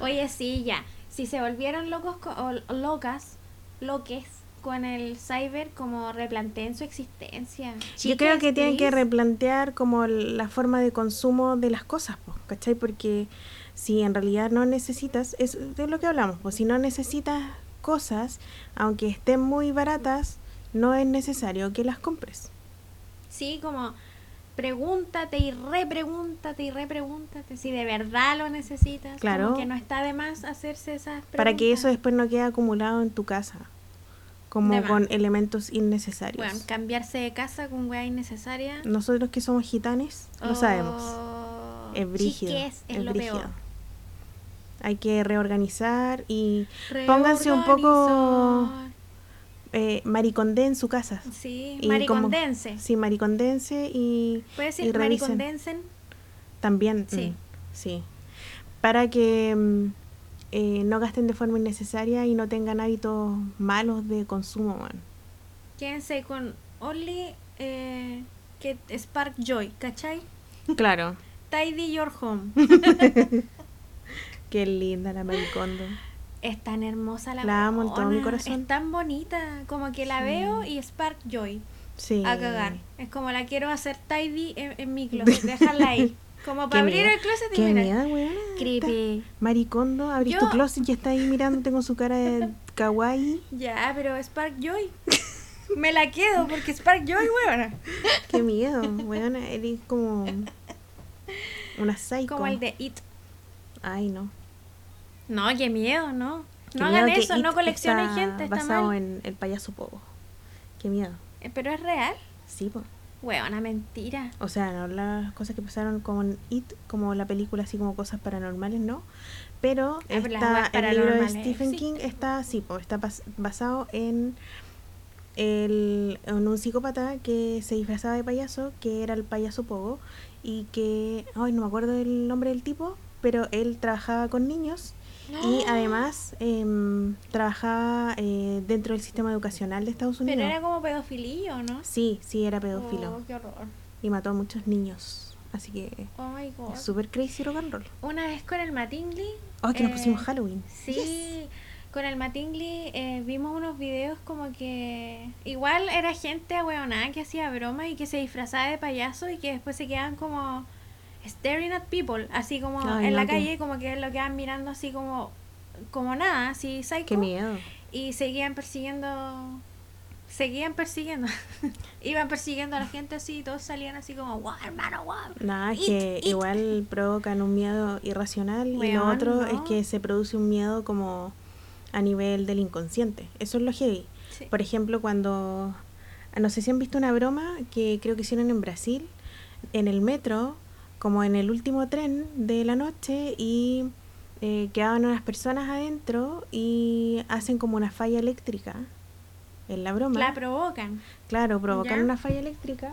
Speaker 2: Oye, sí, ya. Si se volvieron locos co- o locas, loques con el cyber, como replanteen su existencia.
Speaker 1: Yo
Speaker 2: Chicas,
Speaker 1: creo que tienen que
Speaker 2: please.
Speaker 1: replantear como la forma de consumo de las cosas, po, ¿cachai? Porque si en realidad no necesitas, es de lo que hablamos, pues si no necesitas cosas, aunque estén muy baratas, no es necesario que las compres.
Speaker 2: Sí, como pregúntate y repregúntate y repregúntate si de verdad lo necesitas. como
Speaker 1: Claro.
Speaker 2: que no está de más hacerse esas preguntas.
Speaker 1: Para que eso después no quede acumulado en tu casa, como
Speaker 2: De más.
Speaker 1: con elementos innecesarios.
Speaker 2: Bueno, cambiarse de casa con weá innecesaria.
Speaker 1: Nosotros que somos gitanes, lo sabemos.
Speaker 2: Oh,
Speaker 1: Es brígido.
Speaker 2: chiques, es,
Speaker 1: es
Speaker 2: lo
Speaker 1: brígido.
Speaker 2: peor.
Speaker 1: Hay que reorganizar y Pónganse un poco-
Speaker 2: Reorganizar.
Speaker 1: eh, maricondé en su casa.
Speaker 2: Sí,
Speaker 1: y como-
Speaker 2: maricondense.
Speaker 1: Sí, maricondense y
Speaker 2: Puedes
Speaker 1: y
Speaker 2: decir
Speaker 1: revisen.
Speaker 2: maricondensen.
Speaker 1: También.
Speaker 2: Sí.
Speaker 1: mm, sí. Para que mm, eh, no gasten de forma innecesaria y no tengan hábitos malos de consumo, weón.
Speaker 2: Quédense con Only eh, que Spark Joy, ¿cachai?
Speaker 1: Claro.
Speaker 2: Tidy Your Home.
Speaker 1: Qué linda la maricondo.
Speaker 2: Es tan hermosa la
Speaker 1: La amo en todo mi
Speaker 2: weona,
Speaker 1: corazón.
Speaker 2: Es tan bonita. Como que la
Speaker 1: Sí.
Speaker 2: veo y Spark Joy.
Speaker 1: Sí.
Speaker 2: A cagar. Es como la quiero hacer tidy en, en mi closet. Dejarla ahí. Como
Speaker 1: Qué
Speaker 2: para abrir
Speaker 1: miedo.
Speaker 2: el closet y
Speaker 1: Qué
Speaker 2: mirar.
Speaker 1: miedo, weón.
Speaker 2: Creepy.
Speaker 1: Maricondo, abrís tu
Speaker 2: Yo-
Speaker 1: closet y está ahí mirándote con su cara de kawaii.
Speaker 2: Ya, pero Spark Joy. Me la quedo porque Spark Joy, huevona.
Speaker 1: Qué miedo, weón. Eres como una psycho.
Speaker 2: Como el de It.
Speaker 1: Ay, no.
Speaker 2: No, qué miedo, no.
Speaker 1: Qué
Speaker 2: no
Speaker 1: miedo
Speaker 2: hagan
Speaker 1: que
Speaker 2: eso,
Speaker 1: It
Speaker 2: no coleccionen
Speaker 1: está
Speaker 2: gente, está
Speaker 1: basado
Speaker 2: mal.
Speaker 1: en el payaso Pogo. Qué miedo.
Speaker 2: Eh, Pero es real.
Speaker 1: Sí, po.
Speaker 2: Huevona, mentira.
Speaker 1: O sea, no las cosas que pasaron con It, como la película, así como cosas paranormales, no. Pero
Speaker 2: Ah, pero las
Speaker 1: está,
Speaker 2: weas
Speaker 1: el libro de
Speaker 2: paranormales
Speaker 1: Stephen King
Speaker 2: existen.
Speaker 1: está, sí, po, está bas- basado en, el, en un psicópata que se disfrazaba de payaso, que era el payaso Pogo, y que, ay, no me acuerdo el nombre del tipo, pero él trabajaba con niños y
Speaker 2: Ah.
Speaker 1: además em, trabajaba eh, dentro del sistema educacional de Estados Unidos.
Speaker 2: Pero era como pedofilillo, ¿no?
Speaker 1: Sí, sí, era pedófilo
Speaker 2: Oh, qué horror.
Speaker 1: y mató a muchos niños. Así que
Speaker 2: Oh my god.
Speaker 1: es súper crazy rock and roll.
Speaker 2: Una vez con el Matingly.
Speaker 1: Ay, Oh, que nos
Speaker 2: eh,
Speaker 1: pusimos Halloween.
Speaker 2: Sí, con el Matingly eh, vimos unos videos como que. Igual era gente ahueonada que hacía bromas y que se disfrazaba de payaso y que después se quedaban como. Staring at people, así como
Speaker 1: Ay,
Speaker 2: en
Speaker 1: no,
Speaker 2: la
Speaker 1: qué-
Speaker 2: calle, como que lo quedaban mirando así como. Como nada, así psycho.
Speaker 1: Qué miedo.
Speaker 2: y seguían persiguiendo seguían persiguiendo iban persiguiendo a la gente así y todos salían así como wow hermano wow
Speaker 1: Nada, es
Speaker 2: It,
Speaker 1: que
Speaker 2: it.
Speaker 1: igual provocan un miedo irracional y lo
Speaker 2: Weón,
Speaker 1: otro es
Speaker 2: no.
Speaker 1: que se produce un miedo como a nivel del inconsciente. Eso es lo heavy.
Speaker 2: Sí.
Speaker 1: Por ejemplo, cuando. ah, No sé si han visto una broma que creo que hicieron en Brasil, en el metro, como en el último tren de la noche, y eh, quedaban unas personas adentro y hacen como una falla eléctrica en la broma.
Speaker 2: la provocan
Speaker 1: Claro, provocaron
Speaker 2: Ya.
Speaker 1: una falla eléctrica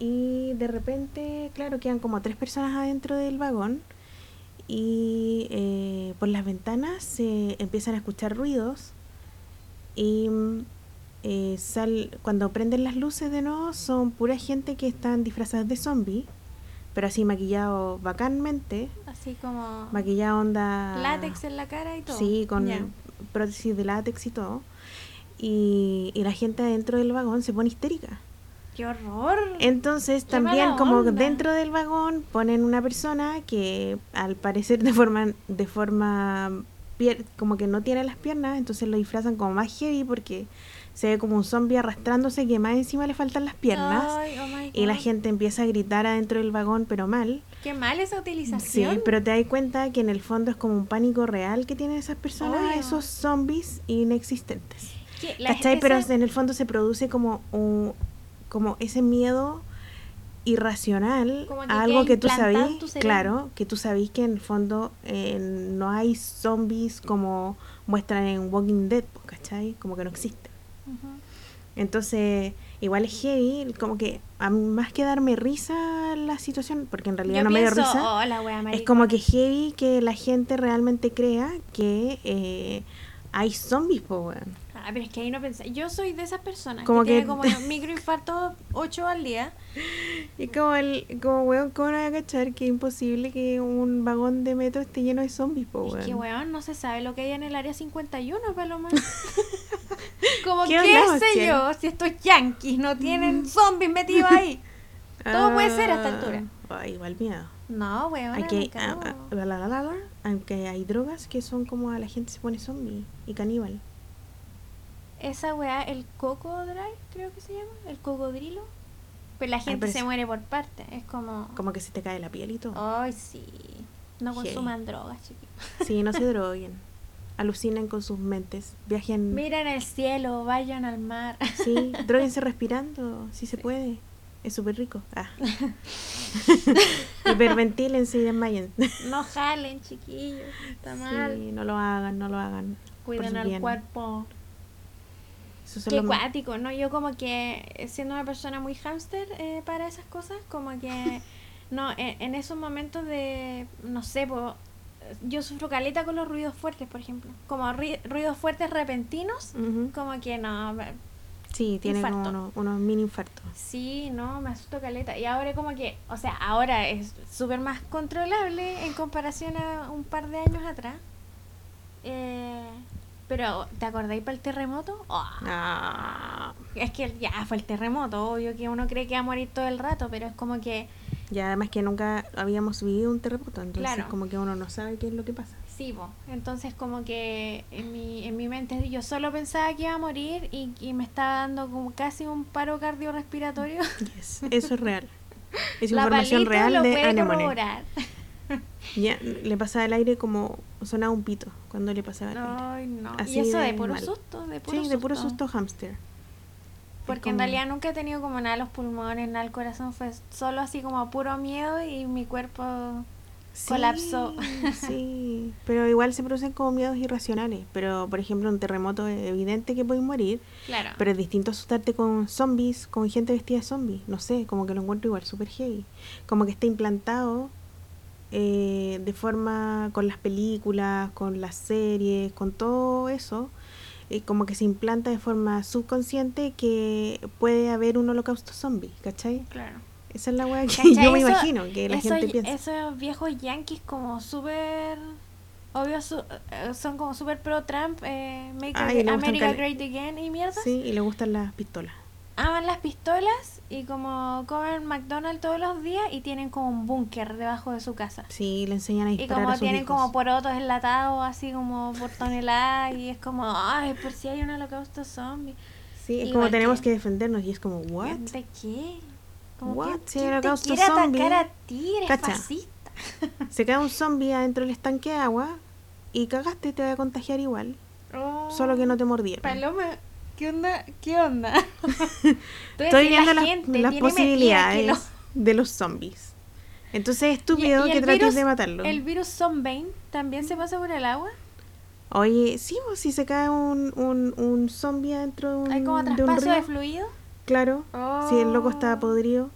Speaker 1: y de repente, claro, quedan como tres personas adentro del vagón y eh, por las ventanas se empiezan a escuchar ruidos y mm, eh, sal, cuando prenden las luces de nuevo son pura gente que están disfrazadas de zombie, pero así maquillado bacanmente,
Speaker 2: así como
Speaker 1: maquillado onda...
Speaker 2: látex en la cara y todo
Speaker 1: Sí, con
Speaker 2: Ya.
Speaker 1: prótesis de látex y todo. Y, y la gente adentro del vagón se pone histérica.
Speaker 2: qué horror
Speaker 1: Entonces
Speaker 2: Qué
Speaker 1: también
Speaker 2: mala
Speaker 1: como
Speaker 2: onda.
Speaker 1: dentro del vagón ponen una persona que al parecer de forma de forma pier- como que no tiene las piernas, entonces lo disfrazan como más heavy porque se ve como un zombie arrastrándose que más encima le faltan las piernas
Speaker 2: Ay, oh my
Speaker 1: y la
Speaker 2: God.
Speaker 1: gente empieza a gritar adentro del vagón pero mal.
Speaker 2: qué mal esa
Speaker 1: Sí,
Speaker 2: utilización
Speaker 1: pero te das cuenta que en el fondo es como un pánico real que tienen esas personas, a
Speaker 2: Obvio.
Speaker 1: esos zombies inexistentes.
Speaker 2: Que la-
Speaker 1: ¿Cachai? Pero
Speaker 2: esa-
Speaker 1: en el fondo se produce como, un- como ese miedo irracional
Speaker 2: Como que
Speaker 1: a algo
Speaker 2: queda
Speaker 1: que tú
Speaker 2: implantado en
Speaker 1: sabís,
Speaker 2: tu cerebro.
Speaker 1: claro, que tú sabís que en el fondo eh, no hay zombies como muestran en Walking Dead, pues, ¿cachai? Como que no existe.
Speaker 2: Ujú.
Speaker 1: Entonces, igual es heavy, como que a mí más que darme risa la situación, porque en realidad
Speaker 2: Yo
Speaker 1: no me dio
Speaker 2: pienso,
Speaker 1: risa,
Speaker 2: "Oh, la wea,
Speaker 1: es
Speaker 2: marica".
Speaker 1: como que heavy que la gente realmente crea que eh, hay zombies, po, weón.
Speaker 2: Ah, pero es que ahí no pensé. Yo soy de esas personas
Speaker 1: Como
Speaker 2: que, tiene
Speaker 1: que-
Speaker 2: como un microinfarto 8 al día.
Speaker 1: Y como, el, como weón, ¿cómo no voy a cachar que es imposible que un vagón de metro esté lleno de zombies, po,
Speaker 2: Es
Speaker 1: weón?
Speaker 2: que, weón, no se sabe lo que hay en el área 51, Paloma. como,
Speaker 1: ¿Qué Mm.
Speaker 2: ¿qué,
Speaker 1: hablamos,
Speaker 2: sé
Speaker 1: Chelo?
Speaker 2: yo? Si estos yanquis no tienen zombies metidos ahí. todo puede ser a esta
Speaker 1: Ah,
Speaker 2: altura.
Speaker 1: ah, igual miedo.
Speaker 2: No, weón.
Speaker 1: Aquí, ah, ah, la, la, la, la, la, aunque hay drogas que son como a la gente se pone zombie y caníbal.
Speaker 2: Esa weá, el coco drive, creo que se llama. El cocodrilo. Pero la gente
Speaker 1: pero
Speaker 2: se
Speaker 1: es-
Speaker 2: muere por parte. Es como.
Speaker 1: Como que se te cae la piel y todo.
Speaker 2: Ay, sí. No
Speaker 1: Heavy.
Speaker 2: consuman drogas, chiquillos.
Speaker 1: Sí, no se droguen. Alucinen con sus mentes. Viajen.
Speaker 2: Miren el cielo, vayan al mar.
Speaker 1: Sí, droguense respirando, si se puede. Es súper rico. Ah. Hiperventílense y desmayen.
Speaker 2: No jalen, chiquillos. Está mal.
Speaker 1: Sí, no lo hagan, no lo hagan. por
Speaker 2: Cuiden
Speaker 1: su
Speaker 2: al
Speaker 1: bien.
Speaker 2: cuerpo.
Speaker 1: Eso es
Speaker 2: Qué
Speaker 1: lo ma-
Speaker 2: acuático, ¿no? Yo como que eh, siendo una persona muy hámster eh, para esas cosas, como que no, en, en esos momentos de, no sé, po, eh, yo sufro caleta con los ruidos fuertes, por ejemplo. Como ri- ruidos fuertes repentinos,
Speaker 1: Ujú.
Speaker 2: como que no, me-
Speaker 1: Sí, tienen como
Speaker 2: Infarto.
Speaker 1: unos, unos mini infartos.
Speaker 2: sí, no, me asusto caleta. Y ahora como que, o sea, ahora es súper más controlable en comparación a un par de años atrás. Eh, pero, ¿te acordáis para el terremoto? ¡Ah!
Speaker 1: Ah.
Speaker 2: Es que ya fue el terremoto, obvio que uno cree que va a morir todo el rato, pero es como que
Speaker 1: Y además que nunca habíamos vivido un terremoto, entonces
Speaker 2: Claro.
Speaker 1: como que uno no sabe qué es lo que pasa.
Speaker 2: sí, po. entonces como que en mi, en mi mente yo solo pensaba que iba a morir y, y me estaba dando como casi un paro cardiorrespiratorio.
Speaker 1: Yes, Eso es real. Es
Speaker 2: La
Speaker 1: información
Speaker 2: palito
Speaker 1: real
Speaker 2: lo
Speaker 1: de
Speaker 2: puede
Speaker 1: Anemone.
Speaker 2: corroborar.
Speaker 1: Ya, le pasaba el aire como sonaba un pito cuando le pasaba el aire.
Speaker 2: Ay, no.
Speaker 1: Así
Speaker 2: y eso de
Speaker 1: de
Speaker 2: puro
Speaker 1: mal.
Speaker 2: susto, de puro
Speaker 1: Sí,
Speaker 2: susto.
Speaker 1: de puro susto hámster.
Speaker 2: Porque en realidad nunca he tenido como nada a los pulmones, nada al corazón, fue solo así como puro miedo y mi cuerpo... colapsó.
Speaker 1: Sí, pero igual se producen como miedos irracionales. Pero, por ejemplo, un terremoto es evidente que puedes morir,
Speaker 2: Claro.
Speaker 1: pero es distinto asustarte con zombies, con gente vestida de zombies. No sé, como que lo encuentro igual, súper heavy. Como que está implantado eh, de forma con las películas, con las series, con todo eso. eh, como que se implanta de forma subconsciente que puede haber un holocausto zombie, ¿cachai?
Speaker 2: Claro.
Speaker 1: Esa es la wea que
Speaker 2: ¿Cachai?
Speaker 1: yo me
Speaker 2: Eso-
Speaker 1: imagino que la
Speaker 2: esos,
Speaker 1: gente piensa.
Speaker 2: esos viejos yanquis como súper... Obvio, su- eh, son como súper pro-Trump, eh, Make
Speaker 1: Ay,
Speaker 2: Agre-
Speaker 1: le gustan
Speaker 2: America
Speaker 1: cale-
Speaker 2: Great Again y mierdas.
Speaker 1: Sí, y le gustan las pistolas.
Speaker 2: Aman las pistolas y como comen McDonald's todos los días y tienen como un búnker debajo de su casa.
Speaker 1: Sí, le enseñan a
Speaker 2: Y
Speaker 1: disparar a
Speaker 2: como
Speaker 1: sus
Speaker 2: tienen
Speaker 1: hijos.
Speaker 2: como porotos enlatados, así como por tonelada, y es como, ay, por si hay un holocausto zombie.
Speaker 1: Sí, es
Speaker 2: Igual
Speaker 1: como tenemos
Speaker 2: que-
Speaker 1: que defendernos y es como, ¿what?
Speaker 2: ¿De qué? Como,
Speaker 1: What?
Speaker 2: ¿quién-
Speaker 1: Si
Speaker 2: quién
Speaker 1: hay
Speaker 2: te
Speaker 1: holocausto
Speaker 2: quiere
Speaker 1: zombie.
Speaker 2: atacar a ti? Eres
Speaker 1: Cacha.
Speaker 2: fascista.
Speaker 1: Se cae un zombie adentro del estanque de agua y cagaste, te va a contagiar igual, solo que no te mordieron.
Speaker 2: Paloma, ¿qué onda? ¿Qué onda? Tú
Speaker 1: Estoy
Speaker 2: decís,
Speaker 1: viendo las,
Speaker 2: gente
Speaker 1: las
Speaker 2: tiene
Speaker 1: posibilidades
Speaker 2: metida que
Speaker 1: de los zombies. Entonces es
Speaker 2: lo- Y-
Speaker 1: estúpido
Speaker 2: y
Speaker 1: que
Speaker 2: el
Speaker 1: trates
Speaker 2: virus-
Speaker 1: de matarlo.
Speaker 2: El virus zombie también se pasa por el agua.
Speaker 1: Oye, sí, pues, si se cae un, un, un zombie adentro de un,
Speaker 2: Hay como
Speaker 1: Mm, de un
Speaker 2: traspaso
Speaker 1: río,
Speaker 2: de Oh, fluido.
Speaker 1: claro, si el loco está podrido.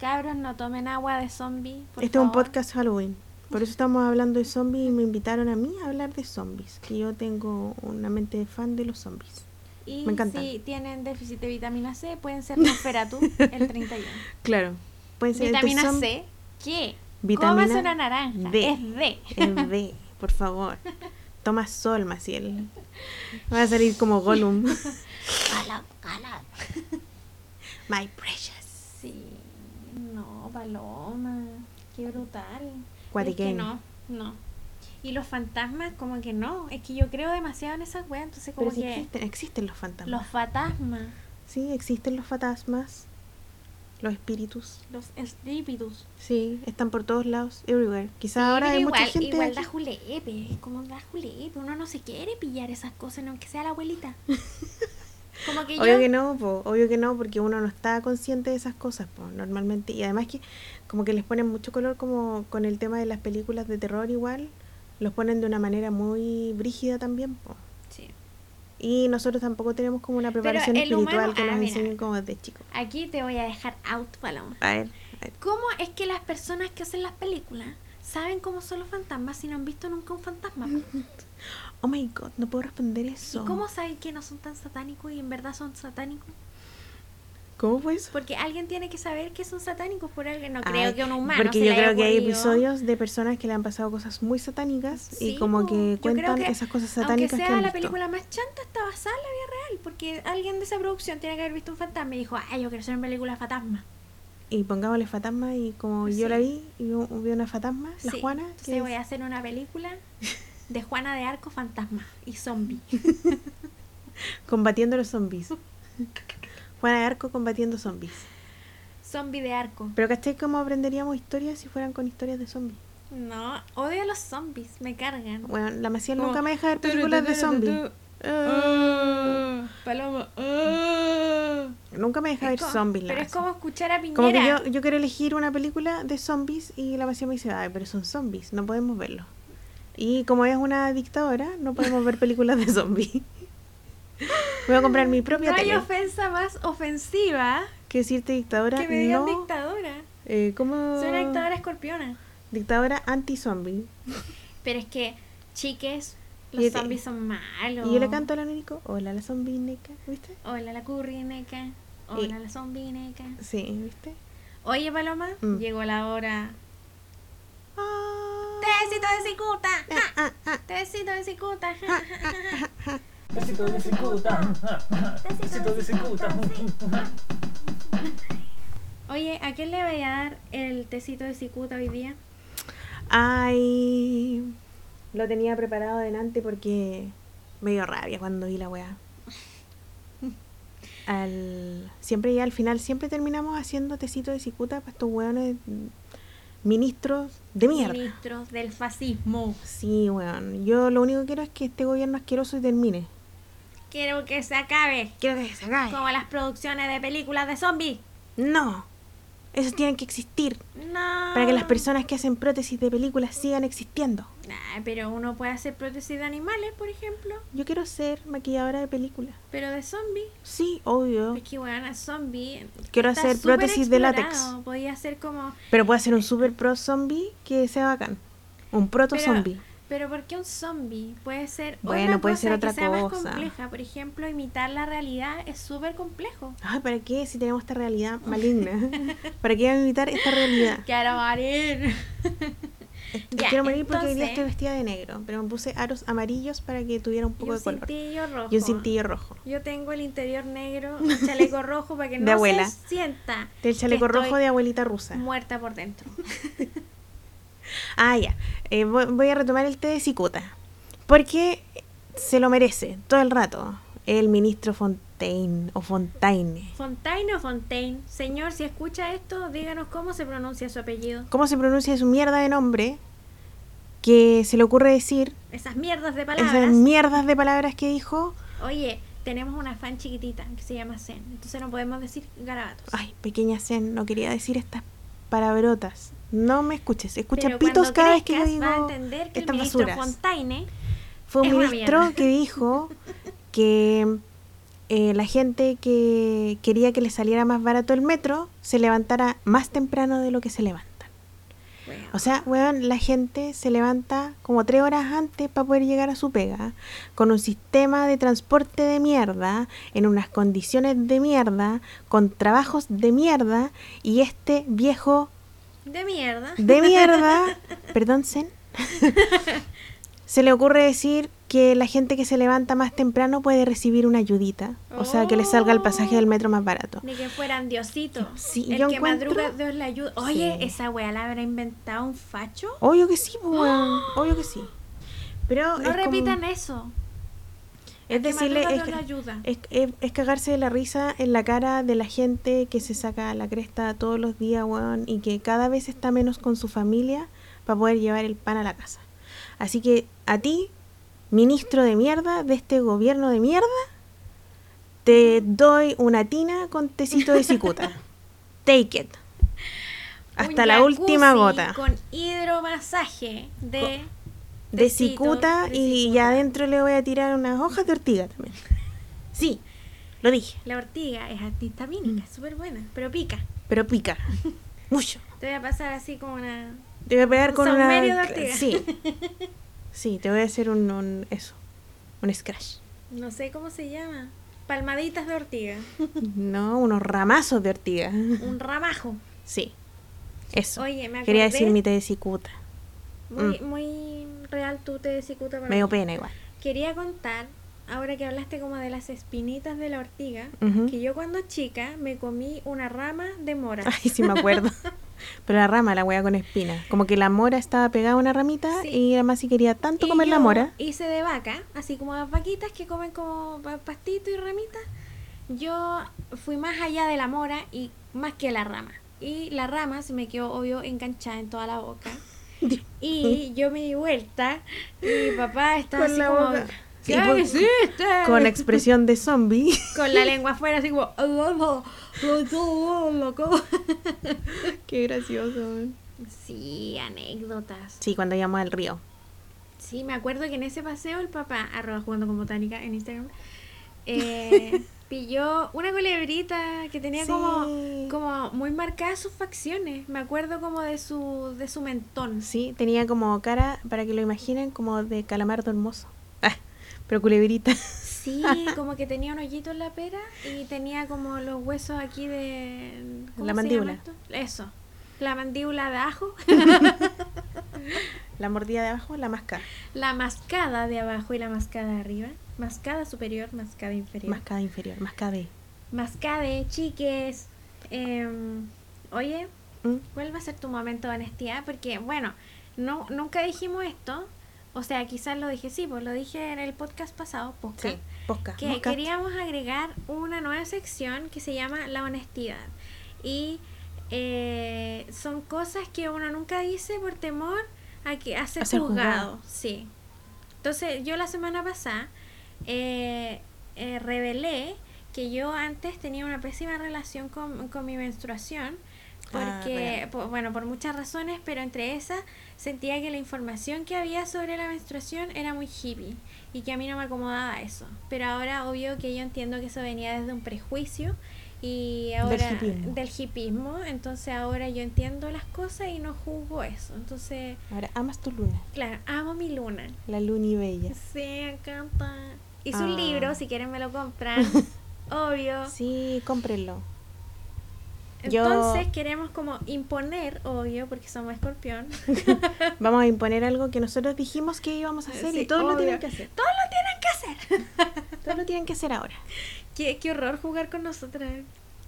Speaker 2: Cabros, no tomen agua de zombie. por
Speaker 1: este es un
Speaker 2: favor.
Speaker 1: podcast Halloween. Por eso estamos hablando de zombies y me invitaron a mí a hablar de zombies. Que yo tengo una mente de fan de los zombies.
Speaker 2: Y
Speaker 1: me encantan.
Speaker 2: si tienen déficit de vitamina C, pueden ser Nosferatu el 31.
Speaker 1: Claro. Pueden ser este
Speaker 2: vitamina
Speaker 1: zom-
Speaker 2: C, ¿qué?
Speaker 1: Vitamina
Speaker 2: Cómase una naranja.
Speaker 1: D.
Speaker 2: Es D.
Speaker 1: Es D, por favor. Toma sol, Maciel. Va a salir como Gollum.
Speaker 2: Galap, galap.
Speaker 1: My precious.
Speaker 2: Sí, no, paloma, qué brutal. Es que
Speaker 1: Cuatiquén.
Speaker 2: no, no. Y los fantasmas, como que no, es que yo creo demasiado en esas weas, entonces como
Speaker 1: Pero sí
Speaker 2: que
Speaker 1: existen, existen los fantasmas.
Speaker 2: los fantasmas,
Speaker 1: Sí, existen los fantasmas. Los espíritus.
Speaker 2: los espíritus.
Speaker 1: Sí, están por todos lados. Everywhere. Quizá ahora
Speaker 2: pero
Speaker 1: hay
Speaker 2: igual,
Speaker 1: mucha gente.
Speaker 2: igual da
Speaker 1: aquí-
Speaker 2: julepe, es como da julepe, uno no se quiere pillar esas cosas, no, aunque sea la abuelita. como que
Speaker 1: Obvio
Speaker 2: yo...
Speaker 1: que no, po, obvio que no, porque uno no está consciente de esas cosas, po, normalmente. Y además que como que les ponen mucho color como con el tema de las películas de terror igual, los ponen de una manera muy brígida también, po.
Speaker 2: Sí.
Speaker 1: Y nosotros tampoco tenemos como una preparación
Speaker 2: el
Speaker 1: espiritual
Speaker 2: humano-
Speaker 1: que
Speaker 2: ah,
Speaker 1: nos
Speaker 2: mira.
Speaker 1: enseñen como desde chico.
Speaker 2: Aquí te voy a dejar out, Paloma.
Speaker 1: A ver, a ver.
Speaker 2: ¿Cómo es que las personas que hacen las películas saben cómo son los fantasmas si no han visto nunca un fantasma? po?
Speaker 1: Oh my god, no puedo responder
Speaker 2: ¿Y
Speaker 1: eso.
Speaker 2: cómo saben que no son tan satánicos y en verdad son satánicos?
Speaker 1: ¿Cómo fue eso?
Speaker 2: Porque alguien tiene que saber que son satánicos por alguien. No
Speaker 1: Ay,
Speaker 2: creo que un humano.
Speaker 1: Porque
Speaker 2: se le
Speaker 1: yo
Speaker 2: haya
Speaker 1: creo que hay
Speaker 2: ocurrido.
Speaker 1: episodios de personas que le han pasado cosas muy satánicas
Speaker 2: Sí,
Speaker 1: y como
Speaker 2: po. Yo
Speaker 1: que
Speaker 2: creo
Speaker 1: cuentan
Speaker 2: que,
Speaker 1: esas cosas
Speaker 2: Aunque
Speaker 1: satánicas
Speaker 2: sea
Speaker 1: que han
Speaker 2: la
Speaker 1: visto.
Speaker 2: película más chanta, está basada en la vida real. Porque alguien de esa producción tiene que haber visto un fantasma y dijo, ay, yo quiero hacer una película fantasma.
Speaker 1: Y pongámosle fantasma y como
Speaker 2: Sí.
Speaker 1: yo la vi, y yo vi una fantasma, la
Speaker 2: Sí,
Speaker 1: Juana,
Speaker 2: entonces
Speaker 1: que
Speaker 2: voy
Speaker 1: es-
Speaker 2: a hacer una película de Juana de Arco fantasma y zombie.
Speaker 1: combatiendo los zombies. Juana de Arco combatiendo zombies.
Speaker 2: Zombie de arco.
Speaker 1: Pero ¿cachai cómo aprenderíamos historias si fueran con historias de zombies?
Speaker 2: No, odio a los zombies, me cargan.
Speaker 1: Bueno, la Maciel
Speaker 2: Como,
Speaker 1: nunca me deja ver películas de zombies. Eh,
Speaker 2: Paloma.
Speaker 1: Nunca me deja ver zombies. la
Speaker 2: Pero es
Speaker 1: Maciel.
Speaker 2: como escuchar a Piñera.
Speaker 1: Como que yo, yo quiero elegir una película de zombies y la Maciel me dice, ay, pero son zombies, no podemos verlos. Y como es una dictadora, no podemos ver películas de zombies. Voy a comprar mi propia
Speaker 2: no hay
Speaker 1: tele.
Speaker 2: ofensa más ofensiva
Speaker 1: Que decirte dictadora,
Speaker 2: que me
Speaker 1: no...
Speaker 2: digan dictadora.
Speaker 1: Eh, ¿Cómo?
Speaker 2: Soy una dictadora escorpiona.
Speaker 1: Dictadora anti-zombie.
Speaker 2: Pero es que, chiques,
Speaker 1: Y
Speaker 2: los
Speaker 1: yo te-
Speaker 2: zombies son malos.
Speaker 1: Y yo le canto a la Nico, hola la zombie neca, ¿viste?
Speaker 2: Hola la currineca. Hola la zombineca.
Speaker 1: Sí, ¿viste?
Speaker 2: Oye, Paloma,
Speaker 1: Mm.
Speaker 2: llegó la hora.
Speaker 1: Ah.
Speaker 2: Tecito de cicuta. ja,
Speaker 1: Ah, ah,
Speaker 2: Tecito de cicuta. ja, ja, ja, ja, ja.
Speaker 3: Besito de cicuta. Besito de cicuta.
Speaker 2: Oye, ¿a quién le voy a dar el tecito de cicuta hoy día?
Speaker 1: Ay, lo tenía preparado delante porque me dio rabia cuando vi la weá. Al... Siempre ya al final, siempre terminamos haciendo tecito de cicuta para estos weones ministros de mierda.
Speaker 2: Ministros del fascismo.
Speaker 1: Sí, weón. Yo lo único que quiero es que este gobierno asqueroso termine.
Speaker 2: Quiero que se acabe.
Speaker 1: Quiero que se acabe.
Speaker 2: Como las producciones de películas de zombies.
Speaker 1: No. Esos tienen que existir
Speaker 2: No.
Speaker 1: para que las personas que hacen prótesis de películas sigan existiendo.
Speaker 2: Nah, pero uno puede hacer prótesis de animales, por ejemplo.
Speaker 1: Yo quiero ser maquilladora de películas.
Speaker 2: Pero de zombies.
Speaker 1: Sí, obvio.
Speaker 2: Es que, bueno, zombie.
Speaker 1: Quiero
Speaker 2: está
Speaker 1: hacer
Speaker 2: súper
Speaker 1: prótesis de látex.
Speaker 2: explorado. Podía hacer como.
Speaker 1: Pero puedo hacer un super pro zombie que sea bacán. Un proto zombie.
Speaker 2: Pero ¿por qué un zombie? Puede ser
Speaker 1: Bueno,
Speaker 2: otra
Speaker 1: puede
Speaker 2: cosa
Speaker 1: ser
Speaker 2: que
Speaker 1: otra
Speaker 2: sea más
Speaker 1: cosa.
Speaker 2: compleja. Por ejemplo, imitar la realidad es súper complejo.
Speaker 1: Ay, ¿para qué? Si tenemos esta realidad maligna. ¿Para qué voy a imitar esta realidad?
Speaker 2: Quiero morir. Ya,
Speaker 1: Quiero morir porque hoy día
Speaker 2: entonces-
Speaker 1: estoy vestida de negro. Pero me puse aros amarillos para que tuviera un
Speaker 2: Y
Speaker 1: poco
Speaker 2: un
Speaker 1: de color.
Speaker 2: cintillo rojo.
Speaker 1: Y un cintillo rojo.
Speaker 2: Yo tengo el interior negro, un chaleco rojo para que
Speaker 1: De
Speaker 2: no
Speaker 1: abuela. Ah.
Speaker 2: se sienta
Speaker 1: Del chaleco
Speaker 2: estoy
Speaker 1: rojo de abuelita rusa.
Speaker 2: muerta por dentro.
Speaker 1: Ah, ya. Eh, voy, voy a retomar el té de cicuta. Porque se lo merece todo el rato el ministro Fontaine o Fontaine.
Speaker 2: Fontaine o Fontaine. Señor, si escucha esto, díganos cómo se pronuncia su apellido.
Speaker 1: ¿Cómo se pronuncia su mierda de nombre? Que se le ocurre decir
Speaker 2: Esas mierdas de
Speaker 1: esas
Speaker 2: palabras.
Speaker 1: mierdas de palabras que dijo.
Speaker 2: Oye, tenemos una fan chiquitita que se llama Zen. Entonces no podemos decir garabatos.
Speaker 1: Ay, pequeña Zen, no quería decir estas palabrotas. No me escuches, escucha
Speaker 2: Pero
Speaker 1: pitos
Speaker 2: cuando
Speaker 1: cada vez que yo
Speaker 2: crezcas,
Speaker 1: digo
Speaker 2: va a entender que el
Speaker 1: estas
Speaker 2: ministro
Speaker 1: basuras.
Speaker 2: Fontaine
Speaker 1: Fue un
Speaker 2: Es una
Speaker 1: ministro
Speaker 2: mierda.
Speaker 1: que dijo que eh, la gente que quería que le saliera más barato el metro se levantara más temprano de lo que se levantan.
Speaker 2: bueno,
Speaker 1: O sea, weón, la gente se levanta como tres horas antes para poder llegar a su pega, con un sistema de transporte de mierda, en unas condiciones de mierda, con trabajos de mierda, y este viejo
Speaker 2: de mierda.
Speaker 1: de mierda, perdón, Zen, se le ocurre decir que la gente que se levanta más temprano puede recibir una ayudita. O sea, que le salga el pasaje del metro más barato.
Speaker 2: Ni que fueran Diosito.
Speaker 1: Sí,
Speaker 2: el
Speaker 1: yo
Speaker 2: que
Speaker 1: encuentro-
Speaker 2: madruga, Dios le ayuda. Oye,
Speaker 1: Sí.
Speaker 2: esa weá la habrá inventado un facho.
Speaker 1: Obvio que sí, po, weón, obvio que sí. Pero
Speaker 2: No
Speaker 1: es como-
Speaker 2: repitan eso.
Speaker 1: es
Speaker 2: Que
Speaker 1: decirle,
Speaker 2: madruga,
Speaker 1: es, eh,
Speaker 2: Dios le ayuda.
Speaker 1: es- es- es cagarse de la risa en la cara de la gente que se saca la cresta todos los días, weón, y que cada vez está menos con su familia para poder llevar el pan a la casa. Así que a ti, ministro de mierda de este gobierno de mierda, te doy una tina con tecito de cicuta. Take it. Hasta
Speaker 2: Un
Speaker 1: la última
Speaker 2: jacuzzi
Speaker 1: gota.
Speaker 2: Con hidromasaje de
Speaker 1: de
Speaker 2: Tecito,
Speaker 1: cicuta
Speaker 2: de
Speaker 1: y
Speaker 2: cicuta.
Speaker 1: ya adentro le voy a tirar unas hojas de ortiga también. Sí, lo dije,
Speaker 2: La ortiga es antihistamínica, es súper buena, pero pica.
Speaker 1: pero pica. Mucho.
Speaker 2: Te voy a pasar así como una...
Speaker 1: Te voy a pegar
Speaker 2: Un
Speaker 1: con una.
Speaker 2: saumerio de ortiga.
Speaker 1: Sí. Sí, te voy a hacer un, un- eso. Un scratch.
Speaker 2: No sé cómo se llama. Palmaditas de ortiga.
Speaker 1: No, unos ramazos de ortiga.
Speaker 2: Un ramajo.
Speaker 1: Sí. Eso.
Speaker 2: Oye, me acordé.
Speaker 1: Quería decir mi té de cicuta.
Speaker 2: muy, muy real tú te cicuta para
Speaker 1: Medio
Speaker 2: mí.
Speaker 1: pena igual.
Speaker 2: Quería contar, ahora que hablaste como de las espinitas de la ortiga,
Speaker 1: Ujú.
Speaker 2: que yo cuando chica me comí una rama de mora.
Speaker 1: Ay, sí me acuerdo. Pero la rama, la wea con espina. Como que la mora estaba pegada a una ramita
Speaker 2: Sí.
Speaker 1: y además si quería tanto
Speaker 2: Y
Speaker 1: comer la
Speaker 2: yo
Speaker 1: mora.
Speaker 2: Hice de vaca, así como las vaquitas que comen como pa- pastito y ramitas. Yo fui más allá de la mora y más que la rama. Y la rama se me quedó, obvio, enganchada en toda la boca. Y yo me di vuelta y mi papá estaba
Speaker 1: Con
Speaker 2: así
Speaker 1: la
Speaker 2: como...
Speaker 1: boca.
Speaker 2: ¿Qué
Speaker 1: Sí, con-
Speaker 2: hiciste?
Speaker 1: Con expresión de zombie.
Speaker 2: Con la lengua afuera, así como... loco.
Speaker 1: Qué gracioso.
Speaker 2: Sí, anécdotas.
Speaker 1: Sí, cuando íbamos al río.
Speaker 2: Sí, me acuerdo que en ese paseo el papá, arroba jugando con botánica en Instagram, eh, pilló una culebrita que tenía
Speaker 1: Sí.
Speaker 2: como, como muy marcadas sus facciones. Me acuerdo como de su, de su mentón.
Speaker 1: Sí, tenía como cara, para que lo imaginen, como de calamardo hermoso. Ah, pero culebrita.
Speaker 2: Sí, como que tenía un hoyito en la pera y tenía como los huesos aquí de... ¿cómo
Speaker 1: La
Speaker 2: se
Speaker 1: mandíbula.
Speaker 2: llama esto? Eso. La mandíbula de ajo,
Speaker 1: La mordida de abajo, la máscara.
Speaker 2: la mascada de abajo y la mascada de arriba. Mascada superior, mascada inferior.
Speaker 1: Máscara inferior, máscara de.
Speaker 2: Mascade, chiques. Em, oye,
Speaker 1: ¿Mm?
Speaker 2: ¿cuál va a ser tu momento de honestidad? Porque, bueno, no, nunca dijimos esto. O sea, quizás lo dije, sí, pues lo dije en el podcast pasado, podcast,
Speaker 1: Sí, Ah, posca.
Speaker 2: que
Speaker 1: mosca.
Speaker 2: queríamos agregar una nueva sección que se llama La honestidad. Y eh, son cosas que uno nunca dice por temor a, que, a ser,
Speaker 1: A ser
Speaker 2: juzgado.
Speaker 1: juzgado.
Speaker 2: Sí. Entonces, yo la semana pasada eh, eh, revelé que yo antes tenía una pésima relación con, con mi menstruación.
Speaker 1: Ah,
Speaker 2: Porque,
Speaker 1: real.
Speaker 2: po- bueno, por muchas razones, pero entre esas sentía que la información que había sobre la menstruación era muy hippie y que a mí no me acomodaba eso. Pero ahora, obvio que yo entiendo que eso venía desde un prejuicio y ahora
Speaker 1: hipismo.
Speaker 2: del hipismo. Entonces, ahora yo entiendo las cosas y no juzgo eso. Entonces,
Speaker 1: Ahora amas tu luna,
Speaker 2: claro, amo mi luna.
Speaker 1: la luna y bella.
Speaker 2: Sí, me encanta. Hice un
Speaker 1: Ah.
Speaker 2: libro, si quieren me lo compran. obvio.
Speaker 1: Sí, cómprenlo. Yo-
Speaker 2: Entonces queremos como imponer, obvio, porque somos escorpión.
Speaker 1: Vamos a imponer algo que nosotros dijimos que íbamos a hacer
Speaker 2: Sí,
Speaker 1: y todos lo
Speaker 2: obvio.
Speaker 1: tienen que hacer.
Speaker 2: Todos lo tienen que hacer.
Speaker 1: Todos lo tienen que hacer ahora.
Speaker 2: Qué, qué horror jugar con nosotras.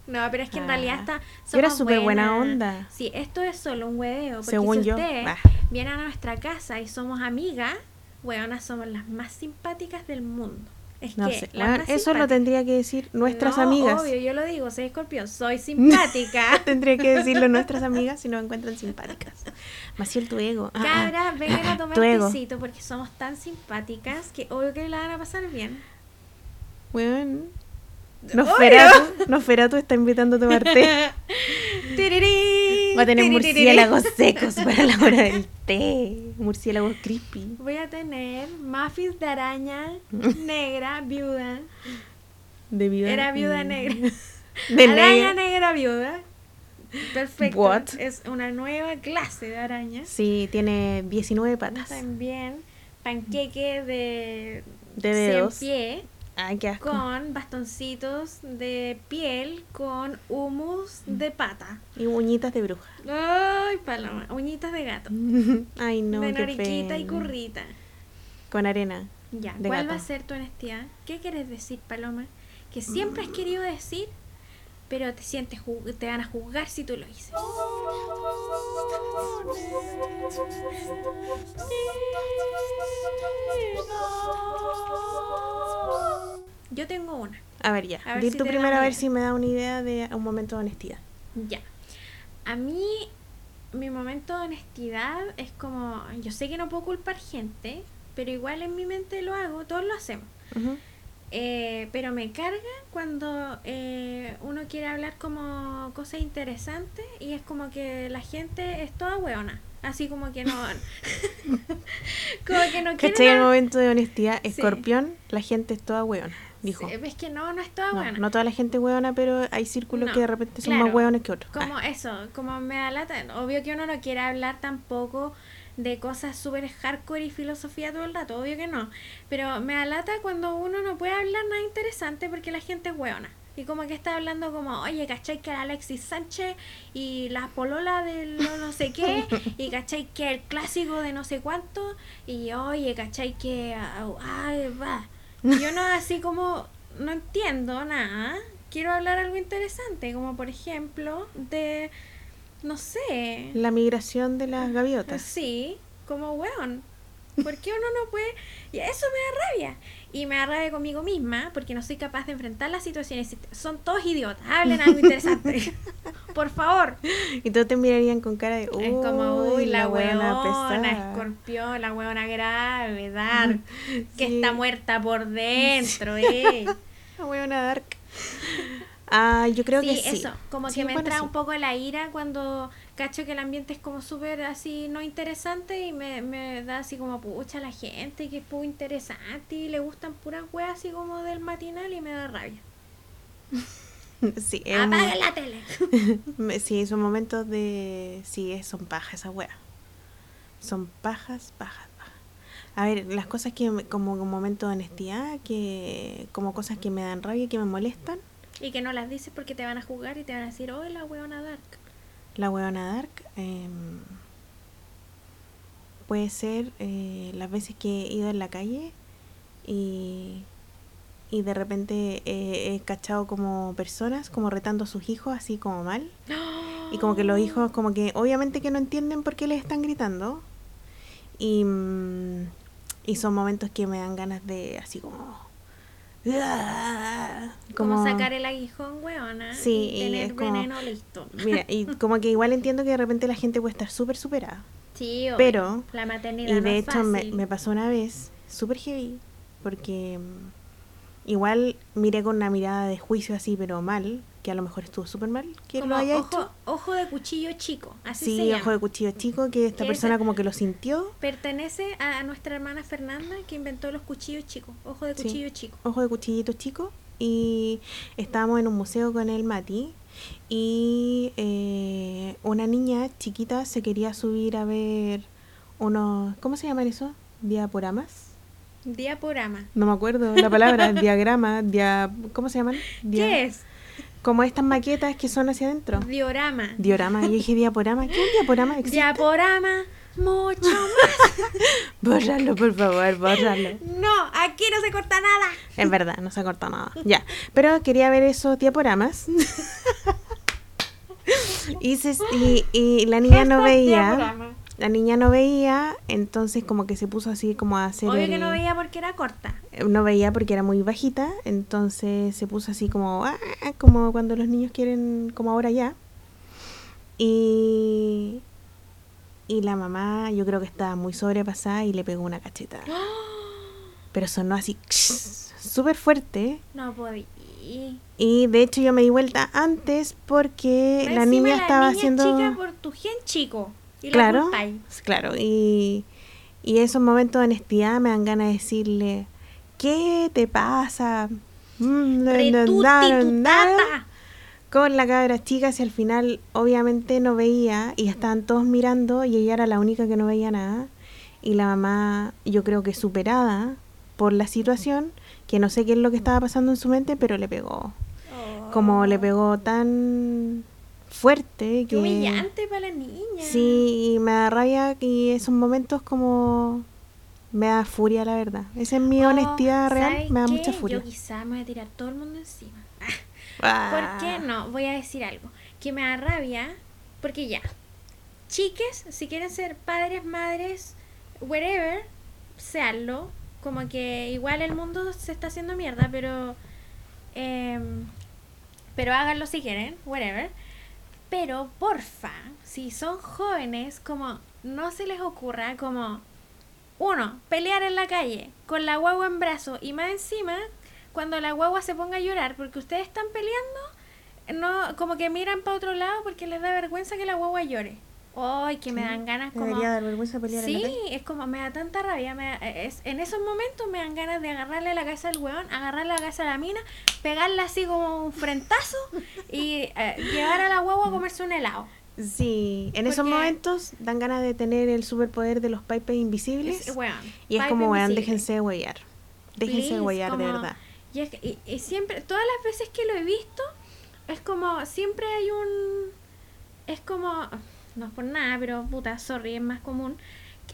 Speaker 2: No, pero es que en
Speaker 1: Ah.
Speaker 2: realidad está.
Speaker 1: Yo era
Speaker 2: somos
Speaker 1: súper buena
Speaker 2: buenas.
Speaker 1: onda.
Speaker 2: Sí, esto es solo un hueveo. Porque
Speaker 1: Según
Speaker 2: si
Speaker 1: yo. Ah.
Speaker 2: ustedes
Speaker 1: Bah.
Speaker 2: vienen a nuestra casa y somos amigas, hueonas somos las más simpáticas del mundo. Es
Speaker 1: No
Speaker 2: que
Speaker 1: sé.
Speaker 2: las
Speaker 1: la-
Speaker 2: más
Speaker 1: eso lo
Speaker 2: simpáticas.
Speaker 1: tendría que decir nuestras
Speaker 2: No,
Speaker 1: amigas. Ah,
Speaker 2: Obvio, yo lo digo, soy escorpión, soy simpática.
Speaker 1: Tendría que decirlo nuestras amigas si nos encuentran simpáticas. Maciel, tu ego. Ah, ah.
Speaker 2: Cabras, vengan a tomar
Speaker 1: Tu
Speaker 2: un
Speaker 1: ego.
Speaker 2: tecito porque somos tan simpáticas que obvio que la van a pasar bien.
Speaker 1: Weón. Nosferatu, Nosferatu está invitando a tomar té.
Speaker 2: Tirirín,
Speaker 1: Va a tener
Speaker 2: tirirín.
Speaker 1: murciélagos secos para la hora del té. Murciélagos crispy.
Speaker 2: Voy a tener muffins de araña negra viuda.
Speaker 1: De viuda.
Speaker 2: Era viuda
Speaker 1: mm,
Speaker 2: negra.
Speaker 1: De negra.
Speaker 2: araña negra viuda. Perfecto.
Speaker 1: What?
Speaker 2: Es una nueva clase de arañas.
Speaker 1: Sí, tiene 19 patas.
Speaker 2: También panqueque de,
Speaker 1: De dedos. Ah,
Speaker 2: cien pie
Speaker 1: Ay, qué asco.
Speaker 2: con bastoncitos de piel con humus de pata.
Speaker 1: Y uñitas de bruja.
Speaker 2: Ay, paloma, uñitas de gato.
Speaker 1: Ay, no,
Speaker 2: de
Speaker 1: qué
Speaker 2: noriquita y
Speaker 1: pena.
Speaker 2: currita.
Speaker 1: Con arena.
Speaker 2: Ya,
Speaker 1: De
Speaker 2: ¿cuál va a
Speaker 1: gato.
Speaker 2: ser tu honestidad? ¿Qué quieres decir, Paloma? Que siempre has querido decir, pero te sientes ju- te van a juzgar si tú lo dices. Yo tengo una.
Speaker 1: A ver, ya.
Speaker 2: A ver
Speaker 1: Dir
Speaker 2: si
Speaker 1: tu
Speaker 2: te da
Speaker 1: primero a
Speaker 2: una
Speaker 1: ver
Speaker 2: idea.
Speaker 1: si me da una idea de un momento de honestidad.
Speaker 2: Ya. A mí, mi momento de honestidad es como. Yo sé que no puedo culpar gente, pero igual en mi mente lo hago, todos lo hacemos.
Speaker 1: Ujú.
Speaker 2: Eh, pero me carga cuando eh, uno quiere hablar como cosas interesantes y es como que la gente es toda hueona. Así como que no. como que no
Speaker 1: ¿Cachai?
Speaker 2: quieren.
Speaker 1: El momento de honestidad,
Speaker 2: Sí.
Speaker 1: escorpión, la gente es toda weona, dijo.
Speaker 2: Sí, Es que no, no es toda
Speaker 1: no,
Speaker 2: buena.
Speaker 1: no toda la gente weona, pero hay círculos
Speaker 2: No,
Speaker 1: que de repente son más
Speaker 2: claro.
Speaker 1: weones que otros.
Speaker 2: Como
Speaker 1: Ah,
Speaker 2: eso, como me da lata. Obvio que uno no quiere hablar tampoco de cosas súper hardcore y filosofía todo el rato, obvio que no. Pero me da lata cuando uno no puede hablar nada interesante porque la gente es hueona. Y como que está hablando como, oye, ¿cachai que el Alexis Sánchez y la polola de lo no sé qué? Y ¿cachai que el clásico de no sé cuánto? Y oye, ¿cachai que... ah, ah, va. Y Yo no así como, no entiendo nada. Quiero hablar algo interesante, como por ejemplo de, no sé,
Speaker 1: La migración de
Speaker 2: Ah,
Speaker 1: las gaviotas.
Speaker 2: Sí, como weón. ¿Por qué uno no puede? Y eso me da rabia. Y me da rabia conmigo misma porque no soy capaz de enfrentar las situaciones. Son todos idiotas. Hablen algo interesante. Por favor.
Speaker 1: Y todos te mirarían con cara de. Uy,
Speaker 2: es como, uy, la,
Speaker 1: weona
Speaker 2: weona,
Speaker 1: pesada".
Speaker 2: escorpión, la weona grave, dark, que
Speaker 1: Sí.
Speaker 2: está muerta por dentro, eh.
Speaker 1: La weona dark. Ah, yo creo
Speaker 2: sí,
Speaker 1: que sí.
Speaker 2: eso, como
Speaker 1: Sí,
Speaker 2: que me
Speaker 1: bueno,
Speaker 2: entra
Speaker 1: sí.
Speaker 2: un poco la ira cuando cacho que el ambiente es como súper así no interesante y me, me da así como pucha la gente que es poco interesante y le gustan puras weas así como del matinal y me da rabia.
Speaker 1: Sí, es un-
Speaker 2: Apaga la tele.
Speaker 1: me- sí, son momentos de. Sí, es- son pajas esas weas. Son pajas, pajas, pajas. A ver, las cosas que. me- Como un momento de honestidad, que. Como cosas que me dan rabia, que me molestan.
Speaker 2: Y que no las dices porque te van a jugar y te van a decir, oh la weona dark.
Speaker 1: La huevona dark. em, puede ser eh, las veces que he ido en la calle y, y de repente eh, he cachado como personas como retando a sus hijos así como mal. Y como que los hijos como que obviamente que no entienden por qué les están gritando. Y, mm, y son momentos que me dan ganas de así como...
Speaker 2: Como, sacar el aguijón, weona.
Speaker 1: Sí,
Speaker 2: y
Speaker 1: y
Speaker 2: tener
Speaker 1: es como-
Speaker 2: veneno listo.
Speaker 1: Mira, y como que igual entiendo que de repente la gente puede estar súper superada.
Speaker 2: Sí, obvio,
Speaker 1: pero-
Speaker 2: la maternidad
Speaker 1: Y
Speaker 2: no
Speaker 1: de
Speaker 2: es
Speaker 1: hecho me,
Speaker 2: fácil.
Speaker 1: me pasó una vez súper heavy, porque mm, igual miré con una mirada de juicio así, pero mal, que a lo mejor estuvo súper mal que
Speaker 2: Como
Speaker 1: lo haya
Speaker 2: ojo,
Speaker 1: hecho.
Speaker 2: ojo de cuchillo chico, así se
Speaker 1: Sí,
Speaker 2: llama.
Speaker 1: ojo de cuchillo chico, que esta
Speaker 2: Que
Speaker 1: persona
Speaker 2: esa-
Speaker 1: como que lo sintió.
Speaker 2: Pertenece a nuestra hermana Fernanda que inventó los cuchillos chicos, ojo de
Speaker 1: Sí.
Speaker 2: cuchillo chico.
Speaker 1: ojo de cuchillito chico y estábamos en un museo con el Mati y eh, una niña chiquita se quería subir a ver unos, ¿cómo se llaman eso? Diaporamas.
Speaker 2: Diaporama.
Speaker 1: No me acuerdo la palabra, diagrama, dia, ¿cómo se llaman? Dia-
Speaker 2: ¿Qué es?
Speaker 1: Como estas maquetas que son hacia adentro.
Speaker 2: Diorama.
Speaker 1: Diorama, yo dije diaporama. ¿Qué es un diaporama? ¿Existe?
Speaker 2: Diaporama. Mucho más.
Speaker 1: Bórralo, por favor, bórralo.
Speaker 2: No, aquí no se corta nada.
Speaker 1: Es verdad, no se ha cortado nada. Ya. Pero quería ver esos diaporamas. y, se- y- y la niña no veía.
Speaker 2: Diaporama.
Speaker 1: La niña no veía, entonces como que se puso así como a hacer...
Speaker 2: Obvio
Speaker 1: el-
Speaker 2: que no veía porque era corta.
Speaker 1: eh, No veía porque era muy bajita, entonces se puso así como... "Ah", como cuando los niños quieren, como ahora ya. Y... Y la mamá yo creo que estaba muy sobrepasada y le pegó una cachetada. Pero sonó así... Súper fuerte.
Speaker 2: No podía.
Speaker 1: Y de hecho yo me di vuelta antes porque
Speaker 2: Más
Speaker 1: la
Speaker 2: encima
Speaker 1: niña estaba
Speaker 2: niña
Speaker 1: haciendo...
Speaker 2: chica por tu gen chico. Y la
Speaker 1: claro,
Speaker 2: culpáis.
Speaker 1: claro. Y, y esos momentos de honestidad me dan ganas de decirle, ¿qué te pasa? Mm, na, na, na,
Speaker 2: Retuti tu
Speaker 1: na, na",
Speaker 2: tata.
Speaker 1: Con la cabra chica, si al final obviamente no veía y estaban todos mirando y ella era la única que no veía nada. Y la mamá, yo creo que superada por la situación, que no sé qué es lo que estaba pasando en su mente, pero le pegó como le pegó tan fuerte
Speaker 2: Qué
Speaker 1: que
Speaker 2: humillante para la niña.
Speaker 1: sí y me da rabia y esos momentos como me da furia la verdad esa es mi
Speaker 2: Oh,
Speaker 1: honestidad real
Speaker 2: ¿sabes
Speaker 1: me da
Speaker 2: qué?
Speaker 1: mucha furia
Speaker 2: Yo quizá me voy a tirar todo el mundo encima.
Speaker 1: Ah,
Speaker 2: ¿Por qué no? Voy a decir algo. Que me da rabia, porque ya. Chiques, si quieren ser padres, madres, wherever, seanlo. Como que igual el mundo se está haciendo mierda, pero. em, pero háganlo si quieren, whatever. Pero porfa, si son jóvenes, como no se les ocurra como uno, pelear en la calle con la guagua en brazo y más encima cuando la guagua se ponga a llorar porque ustedes están peleando, no como que miran para otro lado porque les da vergüenza que la guagua llore. Ay, que me dan ganas como...
Speaker 1: Debería dar vergüenza pelear en la
Speaker 2: Sí,
Speaker 1: calle.
Speaker 2: es como me da tanta rabia. Me da- es- en esos momentos me dan ganas de agarrarle la cabeza al weón, agarrarle la cabeza a la mina, pegarla así como un frentazo y eh, llevar a la guagua a comerse un helado.
Speaker 1: Sí, en esos
Speaker 2: Porque-
Speaker 1: momentos dan ganas de tener el superpoder de los pipes invisibles.
Speaker 2: Es, weón,
Speaker 1: y es
Speaker 2: pipe
Speaker 1: como, weón,
Speaker 2: invisible.
Speaker 1: déjense de huellar. Déjense de
Speaker 2: Please,
Speaker 1: huellar, de
Speaker 2: como-
Speaker 1: verdad.
Speaker 2: Y, es que- y- y siempre, todas las veces que lo he visto, es como, siempre hay un... Es como, no es por nada, pero puta, sorry, es más común.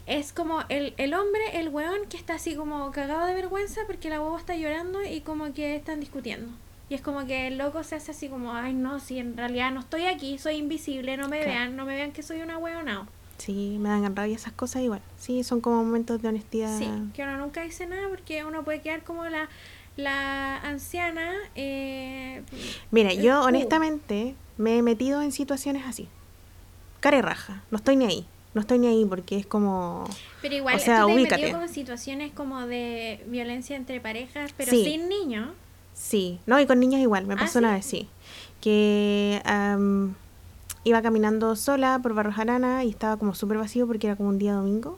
Speaker 2: Es como el, el hombre, el weón, que está así como cagado de vergüenza porque la huevo está llorando y como que están discutiendo. Y es como que el loco se hace así como, ay no, si en realidad no estoy aquí, soy invisible, no me
Speaker 1: Claro.
Speaker 2: vean, no me vean que soy una hueonao.
Speaker 1: Sí, me dan rabia esas cosas igual. Sí, son como momentos de honestidad.
Speaker 2: Sí, que uno nunca dice nada porque uno puede quedar como la, la anciana. Eh,
Speaker 1: Mira,
Speaker 2: Eh,
Speaker 1: yo
Speaker 2: uh.
Speaker 1: honestamente me he metido en situaciones así. Cara y raja. No estoy ni ahí. No estoy ni ahí porque es como...
Speaker 2: pero igual,
Speaker 1: O sea,
Speaker 2: tú te has
Speaker 1: ubícate.
Speaker 2: metido como en situaciones como de violencia entre parejas, pero
Speaker 1: Sí.
Speaker 2: sin niños.
Speaker 1: Sí, no, y con niños igual, me
Speaker 2: Ah,
Speaker 1: pasó
Speaker 2: ¿sí?
Speaker 1: una vez, sí. Que am, iba caminando sola por Barros Arana y estaba como súper vacío porque era como un día domingo.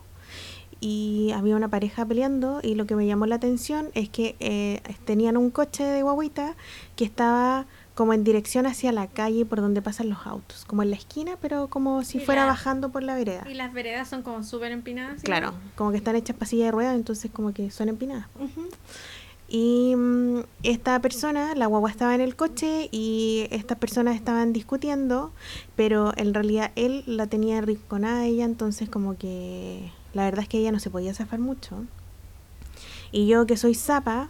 Speaker 1: Y había una pareja peleando y lo que me llamó la atención es que eh, tenían un coche de guaguita que estaba como en dirección hacia la calle por donde pasan los autos, como en la esquina, pero como si
Speaker 2: Y
Speaker 1: fuera
Speaker 2: la-
Speaker 1: bajando por la vereda.
Speaker 2: Y las veredas son como súper empinadas. ¿sí?
Speaker 1: Claro, como que están hechas pasillas de ruedas, entonces como que son empinadas.
Speaker 2: Ujú.
Speaker 1: Y mm, esta persona, la guagua estaba en el coche y estas personas estaban discutiendo, pero en realidad él la tenía rinconada a ella, entonces como que la verdad es que ella no se podía zafar mucho. Y yo que soy zapa,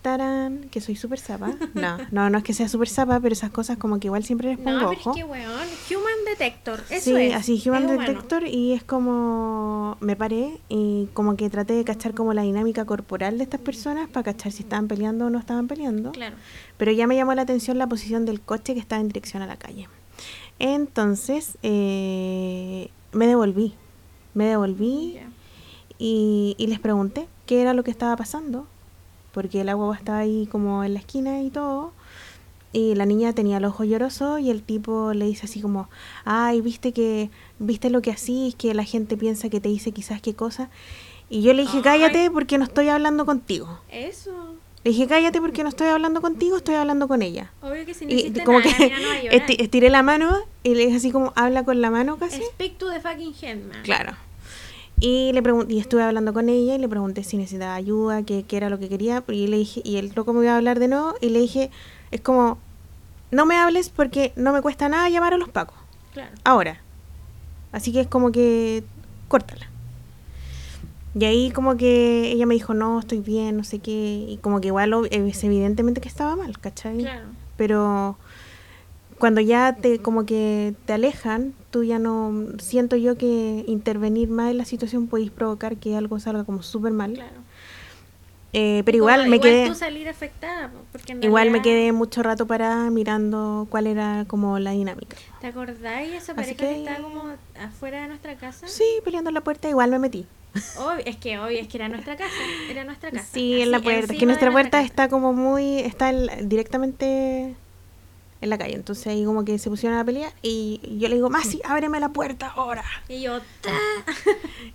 Speaker 1: tarán, que soy súper zapa. No, no, no es que sea súper zapa, pero esas cosas como que igual siempre les pongo
Speaker 2: No, pero
Speaker 1: ojo.
Speaker 2: es que weón, Human Detector. Eso
Speaker 1: Sí,
Speaker 2: es.
Speaker 1: así Human
Speaker 2: es humano.
Speaker 1: Detector y es como me paré y como que traté de cachar como la dinámica corporal de estas personas para cachar si estaban peleando o no estaban peleando.
Speaker 2: Claro.
Speaker 1: Pero ya me llamó la atención la posición del coche que estaba en dirección a la calle. Entonces eh, me devolví, me devolví
Speaker 2: Ya.
Speaker 1: y, y les pregunté qué era lo que estaba pasando, porque la guagua estaba ahí como en la esquina y todo. Y la niña tenía el ojo lloroso y el tipo le dice así como, ay, viste que, viste lo que hacís, que la gente piensa que te dice quizás qué cosa. Y yo le dije,
Speaker 2: Ay.
Speaker 1: cállate porque no estoy hablando contigo.
Speaker 2: Eso.
Speaker 1: Le dije, cállate porque no estoy hablando contigo, estoy hablando con ella.
Speaker 2: Obvio que si no
Speaker 1: Y
Speaker 2: hiciste
Speaker 1: como
Speaker 2: nada,
Speaker 1: que este,
Speaker 2: la mina no va a llorar.
Speaker 1: esti- estiré la mano y le dije así como, habla con la mano casi.
Speaker 2: Speak to the fucking hand, man.
Speaker 1: Claro. Y le pregun- y estuve hablando con ella y le pregunté si necesitaba ayuda, qué, qué era lo que quería, y le dije, y el loco me iba a hablar de nuevo, y le dije, es como, no me hables porque no me cuesta nada llamar a los pacos,
Speaker 2: Claro.
Speaker 1: ahora. Así que es como que, córtala. Y ahí como que ella me dijo, no, estoy bien, no sé qué, y como que igual ob- es evidentemente que estaba mal, ¿cachai?
Speaker 2: Claro.
Speaker 1: pero cuando ya te como que te alejan, tú ya no siento yo que intervenir más en la situación podéis provocar que algo salga como súper mal.
Speaker 2: Claro.
Speaker 1: Eh, pero
Speaker 2: Como
Speaker 1: igual me quedé
Speaker 2: tú salir afectada, po, porque en
Speaker 1: igual me
Speaker 2: realidad-
Speaker 1: quedé mucho rato parada mirando cuál era como la dinámica.
Speaker 2: ¿Te acordáis
Speaker 1: Así
Speaker 2: esa pareja que...
Speaker 1: que-
Speaker 2: estaba como afuera de nuestra casa?
Speaker 1: Sí, peleando en la puerta igual me metí.
Speaker 2: Obvio- es que obvio, es que era nuestra casa. Era nuestra casa.
Speaker 1: Sí, en la
Speaker 2: Así,
Speaker 1: puerta, es que
Speaker 2: encima de
Speaker 1: nuestra puerta
Speaker 2: casa.
Speaker 1: está como muy está en- directamente en la calle, entonces ahí como que se pusieron a pelear y yo le digo, "Masi, ábreme la puerta ahora."
Speaker 2: Y yo, ta.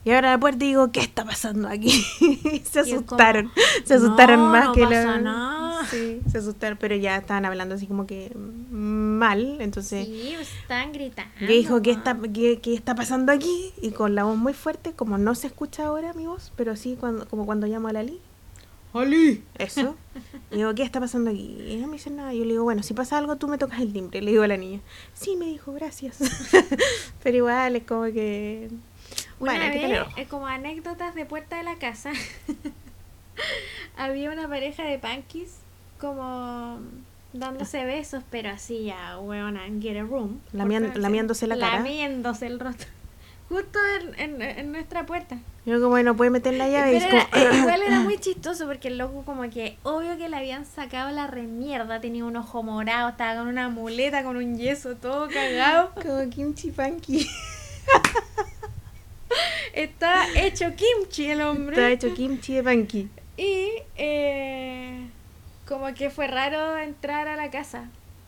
Speaker 1: Y ahora la puerta y digo, ¿qué está pasando aquí? se
Speaker 2: Y es como,
Speaker 1: asustaron, se asustaron
Speaker 2: "No,
Speaker 1: más
Speaker 2: no
Speaker 1: que
Speaker 2: pasa
Speaker 1: la-
Speaker 2: nada".
Speaker 1: Sí, se asustaron, pero ya estaban hablando así como que mal, entonces
Speaker 2: Sí, Ah, pues, estaban gritando.
Speaker 1: yo dijo, ¿qué
Speaker 2: ma.
Speaker 1: está, qué, qué está pasando aquí? Y con la voz muy fuerte, como no se escucha ahora mi voz, pero sí cuando, como cuando llamo a Lali. ¡Ali! Eso. Y digo, ¿qué está pasando aquí? Y ella me dice nada. Yo le digo, bueno, si pasa algo, tú me tocas el timbre. Le digo a la niña, sí, me dijo, gracias. pero igual es como que...
Speaker 2: Una
Speaker 1: Bueno, hay que
Speaker 2: vez,
Speaker 1: tener ojo.
Speaker 2: eh, como anécdotas de puerta de la casa, había una pareja de panquis como dándose besos, pero así ya, weona, get a room. por
Speaker 1: Ah. Lamian-
Speaker 2: favor.
Speaker 1: lamiéndose la cara.
Speaker 2: Lamiéndose el rostro. Justo en, en- en nuestra puerta.
Speaker 1: Yo como no puede meter la llave. y
Speaker 2: Pero
Speaker 1: es
Speaker 2: era- eh,
Speaker 1: como,
Speaker 2: igual era muy chistoso porque el loco como que obvio que le habían sacado la remierda, tenía un ojo morado, estaba con una muleta, con un yeso, todo cagado.
Speaker 1: como kimchi panqui.
Speaker 2: Estaba hecho kimchi el hombre.
Speaker 1: Está hecho kimchi de panqui.
Speaker 2: Y eh, como que fue raro entrar a la casa.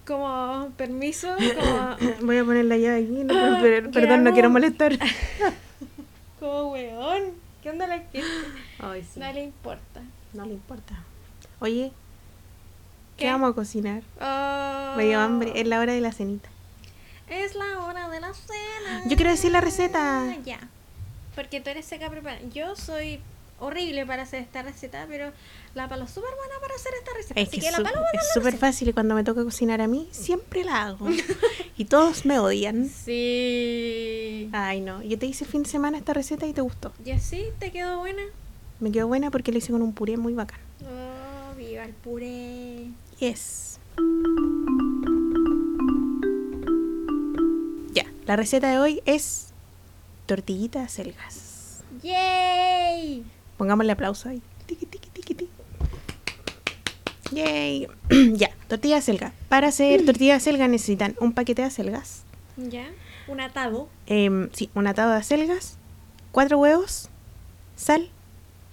Speaker 2: como permiso, como,
Speaker 1: Voy a poner la llave aquí. no puedo- per-
Speaker 2: Ah, ¿qué
Speaker 1: perdón, no
Speaker 2: hago?
Speaker 1: quiero molestar.
Speaker 2: como weón. ¿Qué onda la gente?
Speaker 1: Ay, sí.
Speaker 2: No le importa.
Speaker 1: No le importa. Oye, ¿qué,
Speaker 2: ¿Qué?
Speaker 1: vamos a cocinar?
Speaker 2: Oh,
Speaker 1: Me dio hambre. Es la hora de la cenita.
Speaker 2: Es la hora de la cena.
Speaker 1: Yo quiero decir la receta.
Speaker 2: Ya. Porque tú eres seca preparada. Yo soy horrible para hacer esta receta, pero la palo es súper buena para hacer esta receta.
Speaker 1: Es
Speaker 2: Así
Speaker 1: que
Speaker 2: que, la
Speaker 1: su-
Speaker 2: palo va a dar
Speaker 1: es
Speaker 2: la
Speaker 1: súper
Speaker 2: receta.
Speaker 1: fácil y cuando me toca cocinar a mí, siempre la hago. y todos me odian.
Speaker 2: Sí.
Speaker 1: Ay, no. Yo te hice el fin de semana esta receta y te gustó.
Speaker 2: Y así te quedó buena.
Speaker 1: Me quedó buena porque la hice con un puré muy bacán.
Speaker 2: Oh, viva el puré.
Speaker 1: Yes. Ya, la receta de hoy es tortillita de acelgas.
Speaker 2: ¡Yay!
Speaker 1: Pongámosle aplauso ahí. Tiqui, tiqui, tiqui, tiqui. Yay. ya, tortilla de acelga. Para
Speaker 2: Mm.
Speaker 1: hacer tortilla de acelga necesitan un paquete de acelgas,
Speaker 2: ¿Ya? Un atado.
Speaker 1: em, sí, un atado de acelgas, cuatro huevos, sal,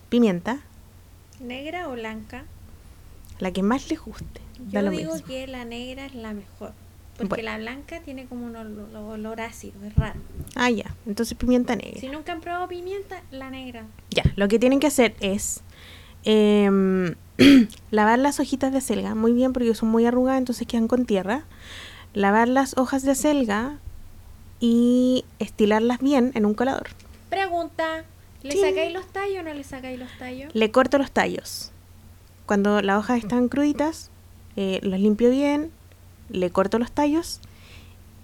Speaker 1: pimienta,
Speaker 2: ¿Negra o blanca?
Speaker 1: la que más les guste. Da
Speaker 2: Yo
Speaker 1: lo
Speaker 2: digo
Speaker 1: mismo.
Speaker 2: que la negra es la mejor. Porque
Speaker 1: Bueno.
Speaker 2: la blanca tiene como un olor, olor ácido, es raro.
Speaker 1: Ah, ya. Entonces pimienta negra.
Speaker 2: Si nunca han probado pimienta, la negra.
Speaker 1: Ya, lo que tienen que hacer es em, lavar las hojitas de acelga muy bien porque son muy arrugadas, entonces quedan con tierra. Lavar las hojas de acelga y estilarlas bien en un colador.
Speaker 2: Pregunta, ¿le
Speaker 1: Chin.
Speaker 2: sacáis los tallos o no le sacáis los tallos?
Speaker 1: Le corto los tallos. Cuando las hojas están cruditas, eh, los limpio bien, le corto los tallos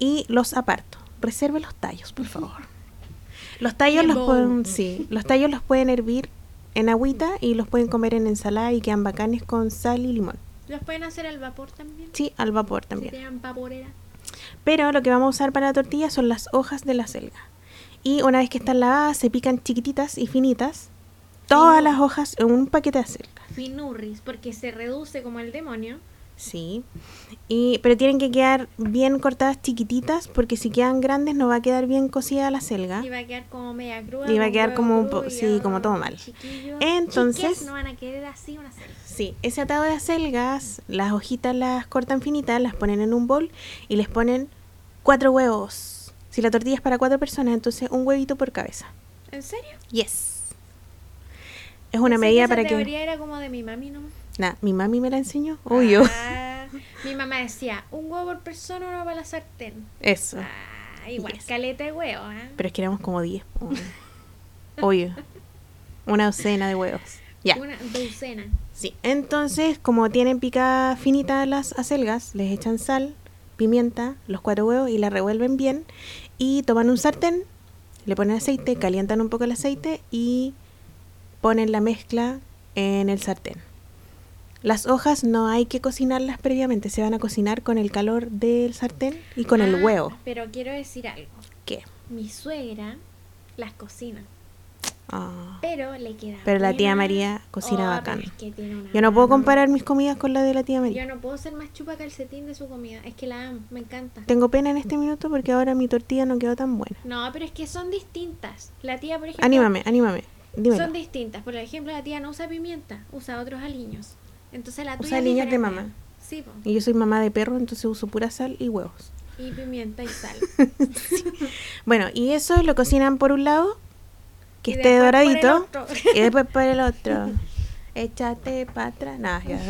Speaker 1: y los aparto. Reserve los tallos, por favor. Los tallos los
Speaker 2: Limón.
Speaker 1: pueden, sí, los tallos los pueden hervir en agüita y los pueden comer en ensalada y quedan bacanes con sal y limón.
Speaker 2: ¿Los pueden hacer al vapor también?
Speaker 1: Sí, al vapor
Speaker 2: Si
Speaker 1: también.
Speaker 2: tienen vaporera.
Speaker 1: Pero lo que vamos a usar para la tortilla son las hojas de la selga. Y una vez que están lavadas, se pican chiquititas y finitas todas
Speaker 2: Fino.
Speaker 1: las hojas en un paquete de selga.
Speaker 2: Finurris, porque se reduce como el demonio.
Speaker 1: Sí. Y, pero tienen que quedar bien cortadas chiquititas porque si quedan grandes no va a quedar bien cocida la selga.
Speaker 2: Y va a quedar como media cruda.
Speaker 1: Ah. Y va a
Speaker 2: con
Speaker 1: quedar
Speaker 2: huevo
Speaker 1: como un
Speaker 2: crudo
Speaker 1: po-
Speaker 2: y
Speaker 1: sí,
Speaker 2: algo,
Speaker 1: como todo mal.
Speaker 2: chiquillos.
Speaker 1: Entonces-
Speaker 2: Chiques, no van a querer así una cena.
Speaker 1: Sí, ese atado de acelgas, las hojitas las cortan finitas, las ponen en un bol y les ponen cuatro huevos. Si la tortilla es para cuatro personas, entonces un huevito por cabeza.
Speaker 2: ¿En serio?
Speaker 1: Yes. Es una
Speaker 2: Pensé
Speaker 1: medida
Speaker 2: esa
Speaker 1: para que...
Speaker 2: teoría era como de mi mami nomás.
Speaker 1: Nah, mi mami me la enseñó. Obvio.
Speaker 2: Ah, mi mamá decía, un huevo por persona, uno para la sartén.
Speaker 1: Eso.
Speaker 2: Ah, igual,
Speaker 1: Yes.
Speaker 2: caleta de huevo, ¿ah?
Speaker 1: Pero es que éramos como diez. po. Obvio. Una docena de huevos. Ya.
Speaker 2: Una docena.
Speaker 1: Sí, entonces como tienen picadas finitas las acelgas, les echan sal, pimienta, los cuatro huevos y la revuelven bien y toman un sartén, le ponen aceite, calientan un poco el aceite y ponen la mezcla en el sartén. Las hojas no hay que cocinarlas previamente, se van a cocinar con el calor del sartén y con
Speaker 2: Ah,
Speaker 1: el huevo.
Speaker 2: Pero quiero decir algo.
Speaker 1: ¿Qué?
Speaker 2: Mi suegra las cocina,
Speaker 1: Ah,
Speaker 2: pero le queda.
Speaker 1: Pero la tía
Speaker 2: buena.
Speaker 1: María cocina
Speaker 2: Oh,
Speaker 1: bacán.
Speaker 2: pero es que tiene una
Speaker 1: Yo no puedo
Speaker 2: mano.
Speaker 1: comparar mis comidas con las de la tía María.
Speaker 2: Yo no puedo ser más chupa calcetín de su comida. Es que la amo, me encanta.
Speaker 1: Tengo pena en este minuto porque ahora mi tortilla no quedó tan buena.
Speaker 2: No, pero es que son distintas. La tía, por ejemplo.
Speaker 1: Anímame, anímame. Dímelo.
Speaker 2: Son distintas. Por ejemplo, la tía no usa pimienta, usa otros aliños. Entonces la tuya.
Speaker 1: Usa
Speaker 2: es
Speaker 1: aliños de
Speaker 2: diferente.
Speaker 1: mamá.
Speaker 2: Sí, po.
Speaker 1: Y yo soy mamá de perro, entonces uso pura sal y huevos.
Speaker 2: y pimienta y sal.
Speaker 1: Bueno, y eso lo cocinan por un lado, que
Speaker 2: Y
Speaker 1: esté
Speaker 2: después por el
Speaker 1: doradito,
Speaker 2: otro.
Speaker 1: y después por el otro. Échate para atrás. No, ya.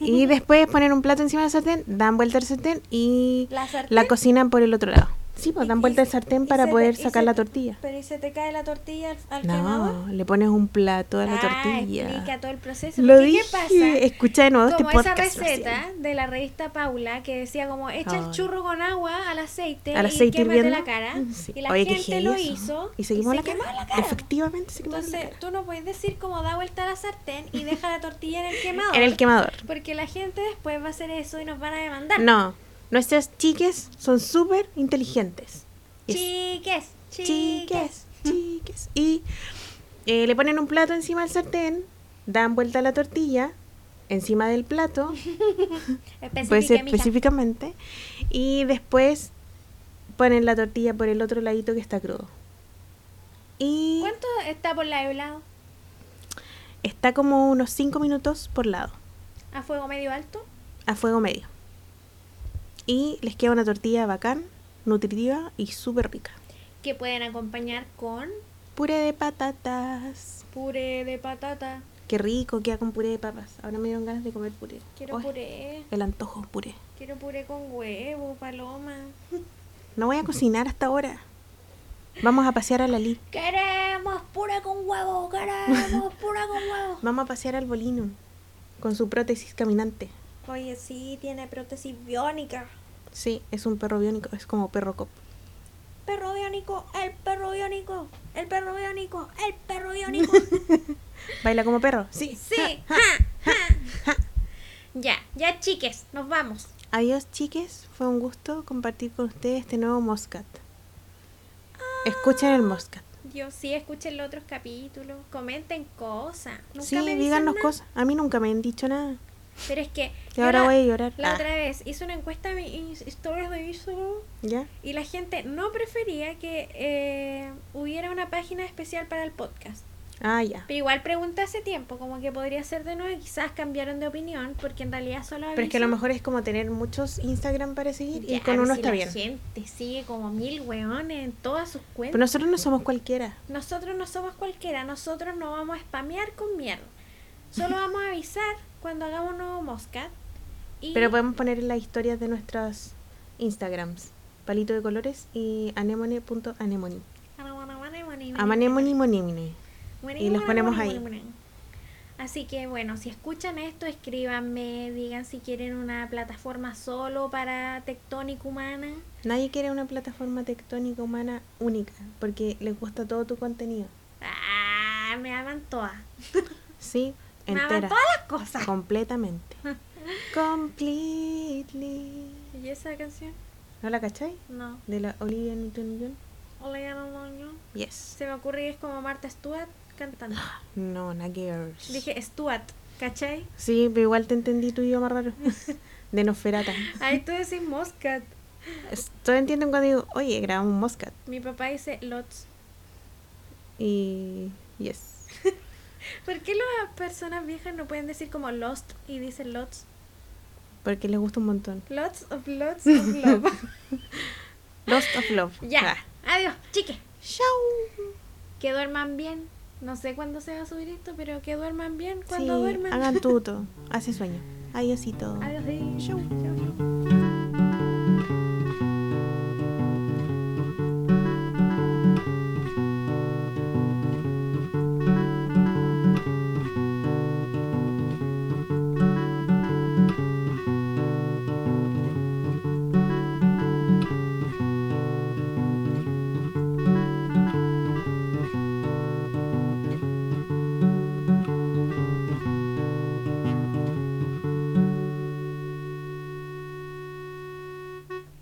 Speaker 1: Y después ponen un plato encima del sartén, dan vuelta al sartén y
Speaker 2: La sartén.
Speaker 1: la cocinan por el otro lado. Sí, pues
Speaker 2: Y-
Speaker 1: dan
Speaker 2: y
Speaker 1: vuelta al
Speaker 2: se-
Speaker 1: sartén
Speaker 2: y
Speaker 1: para
Speaker 2: se
Speaker 1: poder
Speaker 2: te- y
Speaker 1: sacar
Speaker 2: se
Speaker 1: la
Speaker 2: te-
Speaker 1: tortilla.
Speaker 2: Pero ¿y se te cae la tortilla al, al
Speaker 1: No,
Speaker 2: quemador?
Speaker 1: le pones un plato a la
Speaker 2: Ah,
Speaker 1: tortilla.
Speaker 2: explica todo el proceso.
Speaker 1: Lo
Speaker 2: ¿Qué-
Speaker 1: dije.
Speaker 2: ¿Qué pasa?
Speaker 1: Escucha de nuevo este
Speaker 2: como esa
Speaker 1: podcast. recién.
Speaker 2: receta de la revista Paula que decía como echa
Speaker 1: Ay.
Speaker 2: el churro con agua al aceite,
Speaker 1: al aceite
Speaker 2: y quémate
Speaker 1: hirviendo. Mm,
Speaker 2: la cara
Speaker 1: Sí.
Speaker 2: y la
Speaker 1: Oye, qué
Speaker 2: gente
Speaker 1: heavy
Speaker 2: lo
Speaker 1: eso.
Speaker 2: hizo
Speaker 1: y se quemó, la,
Speaker 2: se quemó
Speaker 1: cara.
Speaker 2: la cara.
Speaker 1: Efectivamente se quemó la
Speaker 2: entonces
Speaker 1: cara.
Speaker 2: tú no puedes decir como da vuelta a la sartén y deja la tortilla en el quemador
Speaker 1: En el quemador.
Speaker 2: porque la gente después va a hacer eso y nos van a demandar
Speaker 1: No, nuestras chiques son súper inteligentes. Yes.
Speaker 2: chiques chiques
Speaker 1: Chiques, chiques. Y eh, le ponen un plato encima del sartén, dan vuelta a la tortilla encima del plato, pues
Speaker 2: específica mija.
Speaker 1: específicamente, y después ponen la tortilla por el otro ladito que está crudo. Y
Speaker 2: ¿cuánto está por la de lado?
Speaker 1: está como unos 5 minutos por lado,
Speaker 2: a fuego medio alto
Speaker 1: a fuego medio. Y les queda una tortilla bacán, nutritiva y súper rica.
Speaker 2: Que pueden acompañar con
Speaker 1: Puré de patatas.
Speaker 2: puré de patata.
Speaker 1: Qué rico, queda con puré de papas. Ahora me dieron ganas de comer puré.
Speaker 2: Quiero
Speaker 1: Ay,
Speaker 2: puré.
Speaker 1: El antojo, puré.
Speaker 2: Quiero puré con huevo, paloma.
Speaker 1: No voy a cocinar hasta ahora. Vamos a pasear a Lali.
Speaker 2: Queremos puré con huevo, queremos puré con huevo.
Speaker 1: Vamos a pasear al bolino. Con su prótesis caminante.
Speaker 2: Oye, sí, tiene prótesis biónica.
Speaker 1: Sí, es un perro biónico, es como perro cop.
Speaker 2: Perro biónico, el perro biónico, el perro biónico, el perro biónico.
Speaker 1: ¿Baila como perro? Sí.
Speaker 2: sí, ja, ja. Ya, ya chiques, nos vamos.
Speaker 1: Adiós, chiques. Fue un gusto compartir con ustedes este nuevo Moscat. Escuchen el Moscat.
Speaker 2: Dios, sí, escuchen los otros capítulos, comenten cosas. Nunca
Speaker 1: Sí,
Speaker 2: me dicen
Speaker 1: díganos
Speaker 2: nada.
Speaker 1: cosas. A mí nunca me han dicho nada.
Speaker 2: Pero es que
Speaker 1: Y
Speaker 2: yo
Speaker 1: ahora
Speaker 2: la,
Speaker 1: voy a llorar.
Speaker 2: la
Speaker 1: Ah,
Speaker 2: otra vez hice una encuesta en mi ins- historias de Instagram
Speaker 1: ¿Ya?
Speaker 2: y la gente no prefería que eh, hubiera una página especial para el podcast.
Speaker 1: Ah, ya.
Speaker 2: Pero igual pregunté hace tiempo, como que podría ser de nuevo, y quizás cambiaron de opinión, porque en realidad solo
Speaker 1: Pero es que a lo
Speaker 2: aviso-
Speaker 1: mejor es como tener muchos Instagram para seguir y
Speaker 2: Ya,
Speaker 1: con
Speaker 2: pero
Speaker 1: uno
Speaker 2: si
Speaker 1: está
Speaker 2: la
Speaker 1: bien.
Speaker 2: gente sigue como mil weones en todas sus
Speaker 1: Pero
Speaker 2: cuentas.
Speaker 1: nosotros no somos cualquiera.
Speaker 2: Nosotros no somos cualquiera, nosotros no vamos a spamear con mierda. Solo vamos a avisar cuando hagamos un nuevo Moscat. Y
Speaker 1: Pero podemos poner en las historias de nuestras Instagrams. Palito de colores y anemone.anemone. Amanemone monimine. y los ponemos ahí.
Speaker 2: Así que bueno, si escuchan esto, escríbanme, digan si quieren una plataforma solo para Tectónica Humana.
Speaker 1: Nadie quiere una plataforma tectónica humana única porque les gusta todo tu contenido.
Speaker 2: Ah, me aman todas.
Speaker 1: Sí,
Speaker 2: Me aman
Speaker 1: entera.
Speaker 2: todas las cosas.
Speaker 1: Completamente. Completely.
Speaker 2: ¿Y esa canción?
Speaker 1: ¿No la cacháis?
Speaker 2: No.
Speaker 1: De la Olivia Newton-John.
Speaker 2: Olea no no, no.
Speaker 1: Yes.
Speaker 2: Se me ocurre que es como Marta Stewart cantando.
Speaker 1: No, na girls.
Speaker 2: Dije Stewart, ¿cachai?
Speaker 1: Sí, pero igual te entendí tu idioma raro. De Nosferata.
Speaker 2: Ahí tú decís Moscat.
Speaker 1: Es- Todo entienden cuando digo, oye, grabamos un Moscat.
Speaker 2: Mi papá dice Lots.
Speaker 1: Y. Yes.
Speaker 2: ¿Por qué las personas viejas no pueden decir como Lost y dicen Lots?
Speaker 1: Porque les gusta un montón.
Speaker 2: Lots of Lots of Love.
Speaker 1: Lost of Love.
Speaker 2: ya.
Speaker 1: Ah.
Speaker 2: Adiós, chiques.
Speaker 1: Chau.
Speaker 2: Que duerman bien. No sé cuándo se va a subir esto, pero que duerman bien
Speaker 1: Sí,
Speaker 2: cuando duerman.
Speaker 1: hagan tuto. Hace sueño. Adiósito.
Speaker 2: Adiós.
Speaker 1: Chau.
Speaker 2: Chau, chau.